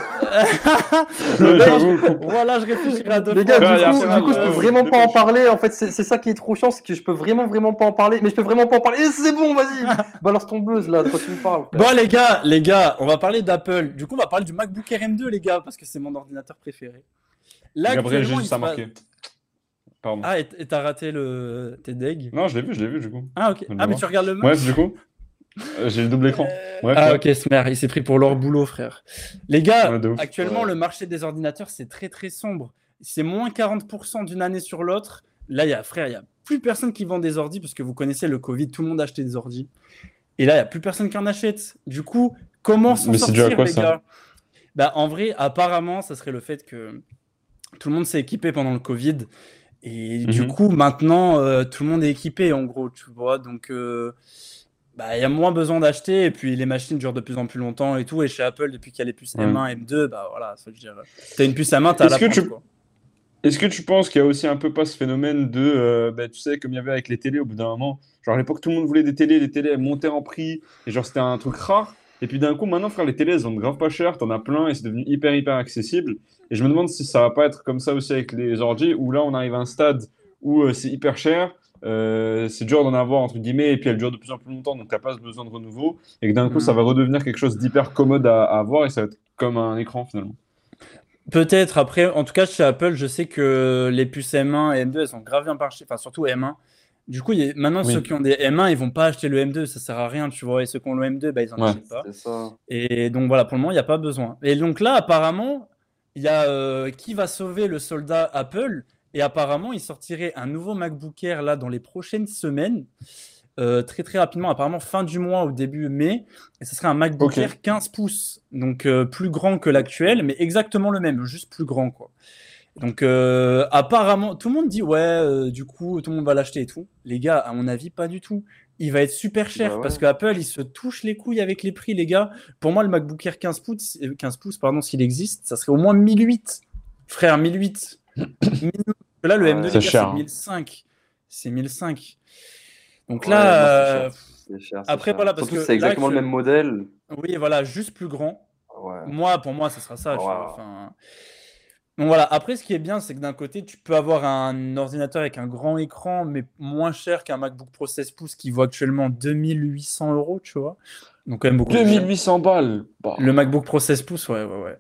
Ouais, j'avoue. voilà, je réfléchirai à deux Les fois. gars, Ouais, du y a coup, rien, du coup, je ouais, peux ouais, vraiment ouais. pas en parler. En fait, c'est c'est ça qui est trop chiant, c'est que je peux vraiment, vraiment pas en parler. Mais je peux vraiment pas en parler. Eh, C'est bon, vas-y. Balance ton buzz là, toi tu me parles. frère. Bon les gars, les gars, on va parler d'Apple. Du coup, on va parler du MacBook Air M2 les gars parce que c'est mon ordinateur préféré. Là, Gabriel actuellement, Jesus il se ça a passe- marqué. Pardon. Ah, et et t'as raté le t'es deg. Non, je l'ai vu, je l'ai vu du coup. Ah ok. On le Ah mais voit. tu regardes le match. Bref, du coup, euh, j'ai le double écran. Bref, Ah ouais. ok, Smer, il s'est pris pour leur boulot, frère. Les gars, Ouais, de ouf. actuellement, Ouais. le marché des ordinateurs, c'est très très sombre. C'est moins 40% d'une année sur l'autre. Là, il y a, frère, il y a plus personne qui vend des ordis parce que vous connaissez le Covid, tout le monde a acheté des ordis. Et là, il y a plus personne qui en achète. Du coup, comment s'en Mais c'est dû à sortir, quoi, les ça gars bah, En vrai, apparemment, ça serait le fait que tout le monde s'est équipé pendant le Covid. Et du Mhm. coup, maintenant, euh, tout le monde est équipé, en gros, tu vois. Donc, euh, bah, il y a moins besoin d'acheter. Et puis, les machines durent de plus en plus longtemps et tout. Et chez Apple, depuis qu'il y a les puces Ouais. M1, M2, bah voilà, ça veut dire. T'as une puce à main, t'as à la Est-ce que prendre, tu- quoi. Est-ce que tu penses qu'il y a aussi un peu pas ce phénomène de, euh, bah, tu sais, comme il y avait avec les télés au bout d'un moment, genre à l'époque tout le monde voulait des télés, les télés elles montaient en prix, et genre c'était un truc rare. Et puis d'un coup, maintenant, frère, les télés elles sont grave pas chères, t'en as plein et c'est devenu hyper hyper accessible. Et je me demande si ça va pas être comme ça aussi avec les ordi, où là on arrive à un stade où euh, c'est hyper cher, euh, c'est dur d'en avoir entre guillemets, et puis elle dure de plus en plus longtemps, donc t'as pas ce besoin de renouveau, et que d'un coup Mhm. ça va redevenir quelque chose d'hyper commode à, à avoir et ça va être comme un écran finalement. Peut-être, après, en tout cas, chez Apple, je sais que les puces M1 et M2, elles sont grave bien parchées, enfin, surtout M1. Du coup, il y a- maintenant, Oui. ceux qui ont des M1, ils vont pas acheter le M2, ça sert à rien, tu vois. Et ceux qui ont le M2, bah, ils en Ouais. achètent pas. C'est ça. Et donc voilà, pour le moment, il n'y a pas besoin. Et donc là, apparemment, il y a euh, qui va sauver le soldat Apple. Et apparemment, il sortirait un nouveau MacBook Air là dans les prochaines semaines, Euh, très très rapidement, apparemment fin du mois au début mai. Et ce serait un MacBook Ok. Air 15 pouces, donc euh, plus grand que l'actuel, mais exactement le même, juste plus grand quoi. Donc euh, apparemment, tout le monde dit ouais, euh, du coup, tout le monde va l'acheter et tout. Les gars, à mon avis, pas du tout. Il va être super cher Bah ouais. parce que Apple, ils se touchent les couilles avec les prix, les gars. Pour moi, le MacBook Air 15 pouces, euh, 15 pouces pardon, s'il existe, ça serait au moins 1008. Frère, 1008. Minimum. Parce que là, le Ouais. M2, les C'est gars, cher, c'est hein. 1005. C'est 1005. Donc Ouais, non, là, c'est euh, cher, c'est cher, c'est après, cher. voilà, parce Surtout, que c'est là, exactement le actuel- même modèle. euh, oui, voilà, juste plus grand. Ouais. Moi, pour moi, ça sera ça. tu Wow. vois, enfin. Donc voilà, après, ce qui est bien, c'est que d'un côté, tu peux avoir un ordinateur avec un grand écran, mais moins cher qu'un MacBook Pro 16 pouces qui vaut actuellement 2800 euros, tu vois. Donc, quand même beaucoup plus cher. 2800 balles Le MacBook Pro 16 pouces, ouais, ouais, ouais.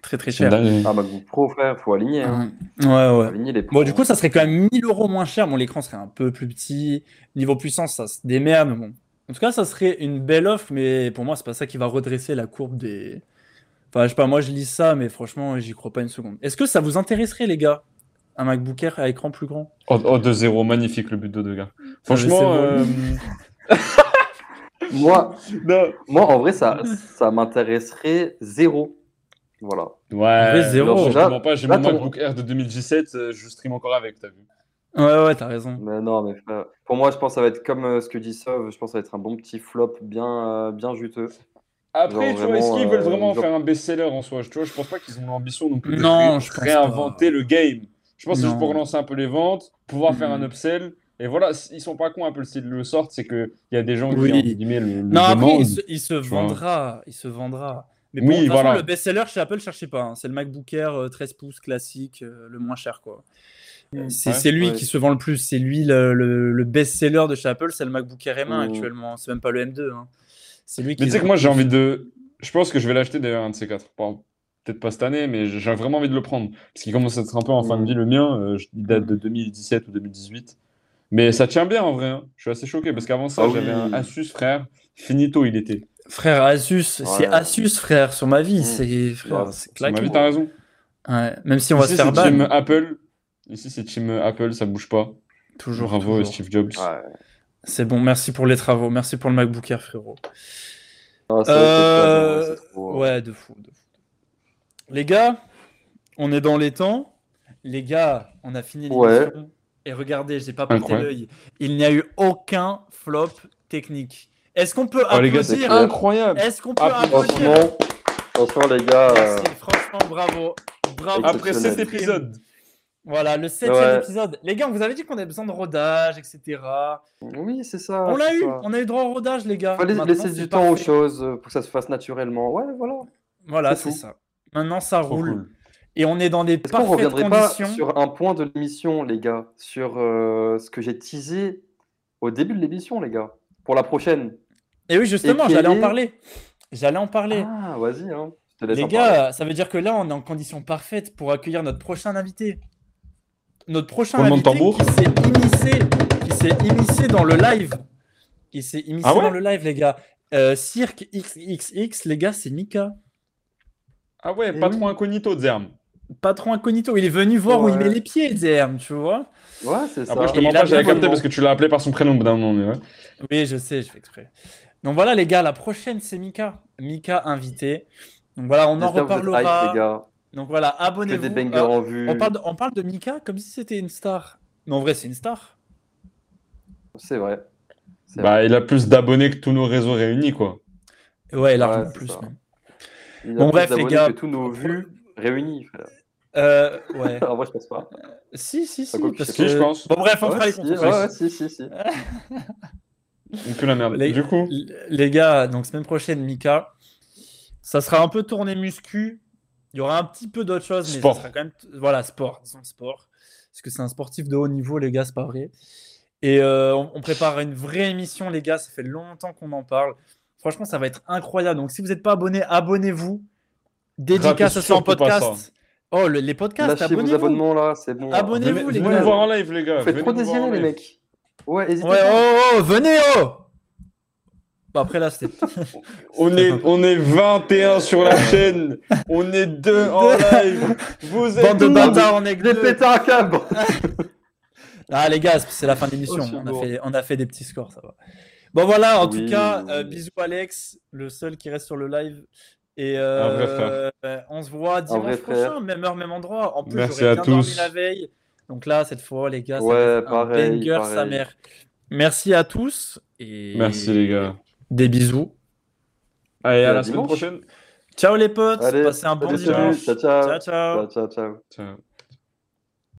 Très très C'est cher. dingue. Ah, MacBook Pro, frère, faut aligner. hein. Ouais, ouais. Aligner les Bon, pros, du coup, ça serait quand même 1000 euros moins cher. Bon, l'écran serait un peu plus petit. Niveau puissance, ça se démerde. mais Bon. En tout cas, ça serait une belle offre, mais pour moi, c'est pas ça qui va redresser la courbe des. Enfin, je sais pas, moi, je lis ça, mais franchement, j'y crois pas une seconde. Est-ce que ça vous intéresserait, les gars Un MacBook Air à écran plus grand Oh, oh, 2-0, magnifique le but de deux gars. Ça, je sais, Franchement, euh, Moi, non. moi, en vrai, ça, ça m'intéresserait zéro. Voilà. Ouais, zéro. non, je te Là- mens pas, j'ai là, mon ton- MacBook Air de 2017, euh, je stream encore avec, t'as vu. Ouais, ouais, t'as raison. Mais non, mais frère, pour moi, je pense que ça va être comme euh, ce que dit Sov. Je pense que ça va être un bon petit flop bien, euh, bien juteux. Après, Genre tu vois, est-ce vraiment, qu'ils veulent euh, vraiment genre- faire un best-seller en soi? Je- Tu vois, je pense pas qu'ils ont l'ambition non plus de Non, ré- je pense réinventer le game. Je pense que c'est juste Non. pour relancer un peu les ventes, pouvoir faire un Mhm. upsell. Et voilà, s- ils sont pas cons un peu s'ils le sortent, c'est qu'il y a des gens Oui. qui, entre guillemets, le, le Non, après, demandent. il se, il se tu vois. vendra. Il se vendra. Mais Oui, bon, de toute façon, voilà. le best-seller chez Apple, cherchez pas. hein. C'est le MacBook Air euh, 13 pouces classique, euh, le moins cher, quoi. Mm. Euh, C'est Ouais, c'est lui ouais. qui se vend le plus. C'est lui le, le- le best-seller de chez Apple. C'est le MacBook Air M1 Mm. actuellement. C'est même pas le M2. hein. C'est lui qui. Oh. Mais tu sais que moi, j'ai envie de. Je pense que je vais l'acheter d'ailleurs, un de ces quatre. Pas- Peut-être pas cette année, mais j'ai vraiment envie de le prendre. Parce qu'il commence à être un peu en fin de vie, le mien. euh, je- il date de 2017 ou 2018. Mais ça tient bien en vrai. hein. Je suis assez choqué parce qu'avant ça, Ah oui. j'avais un Asus frère. Finito, il était. Frère Asus, c'est Ouais. Asus, frère, sur ma vie. Mm. C'est frère, Ouais, c'est Tu m'as claqué. vu, t'as raison. Ouais, Même si on va se Ici, faire c'est team ban. Apple. Ici, c'est team Apple, ça bouge pas. Toujours. Bravo toujours. Steve Jobs. Ouais. Ah, C'est bon. Merci pour les travaux. Merci pour le MacBook Air, frérot. Ah, ça va être- Euh, hein, c'est trop- Ouais, de fou, de fou. Les gars, on est dans les temps. Les gars, on a fini l'émission. Ouais. Et regardez, j'ai pas porté Incroyable. l'œil. Il n'y a eu aucun flop technique. Est-ce qu'on peut Oh, les gars, c'est applaudir incroyable. Est-ce qu'on peut Applaudissements. applaudir Ah, Franchement, franchement, les gars. euh, Merci, franchement, bravo. Bravo. Après Exceptionnel. cet épisode, Voilà, le septième Ouais. épisode. Les gars, on vous avait dit qu'on avait besoin de rodage, etc. Oui, c'est ça. on l'a c'est eu, ça. on a eu droit au rodage, les gars. Faut la- Maintenant, laisser c'est du temps aux parfait. choses euh, pour que ça se fasse naturellement. Ouais, voilà. Voilà, c'est C'est tout. ça. Maintenant, ça trop roule. cool. Et on est dans des Est-ce qu'on parfaites reviendrait pas conditions. sur un point de l'émission, les gars Sur euh, ce que j'ai teasé au début de l'émission, les gars Pour la prochaine. Et oui, justement, quel j'allais en est- parler. J'allais en parler. Ah, vas-y, hein. Je te laisse Les en parler. gars, ça veut dire que là, on est en condition parfaite pour accueillir notre prochain invité. Notre prochain Roulement de invité tambour. qui s'est immiscé, qui s'est immiscé dans le live. Il s'est immiscé Ah ouais dans le live, les gars. Euh, Cirque XXX, les gars, c'est Mika. Ah ouais, Eh pas oui. trop incognito, Zerm. Patron incognito, il est venu voir où il Ouais. met les pieds, Zerm, tu vois. Ouais, c'est ça. Après, je te Et mens là, pas, j'avais bien capté parce que tu l'as appelé par son prénom au bout d'un moment, mais ouais. Oui, je sais, je fais exprès. Donc voilà, les gars, la prochaine, c'est Mika. Mika invité. Donc voilà, on en J'espère que vous êtes hype, reparlera. les gars. Donc voilà, Que des abonnez-vous. bangers Euh, en vue. On parle, de, on parle de Mika comme si c'était une star. Mais en vrai, c'est une star. C'est vrai. C'est vrai. Bah, il a plus d'abonnés que tous nos réseaux réunis, quoi. Ouais, largement c'est plus. ça. même. Il a bon, plus bref, les d'abonnés gars. Que tous nos vues réunies, frère. Euh, ouais. En vrai, je pense pas. si, si, si. Ça coûte parce cher. que- Si, je pense. Bon, bref, on Ouais, fera les si, comptes. ouais, ouais, si, si, si. On pue la merde. Les- Du coup, L- Les gars, donc semaine prochaine, Mika. Ça sera un peu tourné muscu. Il y aura un petit peu d'autres choses, mais Sport. ça sera quand même. t- Voilà, sport. Disons sport. Parce que c'est un sportif de haut niveau, les gars, c'est pas vrai. Et euh, on, on prépare une vraie émission, les gars. Ça fait longtemps qu'on en parle. Franchement, ça va être incroyable. Donc, si vous n'êtes pas abonné, abonnez-vous. Dédicace Ratez à ça en surtout pas ça. hein. podcast. Oh, le- les podcasts, Lâchez vos abonnez-vous. abonnements là, c'est bon. là. Abonnez- venez, Abonnez-vous, les venez gars. nous voir en live, les gars. Vous faites Venez trop nous voir en désirer, les live. mecs. Ouais, hésitez Ouais, pas. oh, oh, venez, oh Bah, Après, là, c'était. On est, on est 21 sur la chaîne. On est deux en live. Vous êtes Bande de deux. bâtards, on est que Des deux. pétards à câble Ah les gars, c'est la fin de l'émission. Oh, c'est on, a lourd. fait, on a fait des petits scores, ça va. Bon voilà, en tout Oui. cas, euh, bisous Alex, le seul qui reste sur le live. Et Un vrai euh, euh, on se voit vrai dimanche frère. prochain, même heure, même endroit. En plus, Merci j'aurais à bien dormi tous. la veille. Donc là, cette fois, les gars, ça Ouais, va être un pareil, banger, sa pareil. mère. Merci à tous et Merci, les gars. des bisous. Allez, à la à semaine dimanche. prochaine. Ciao les potes, Allez, passez un bon salut, salut, dimanche. ciao, ciao. ciao. Ciao, ciao, ciao. Ciao.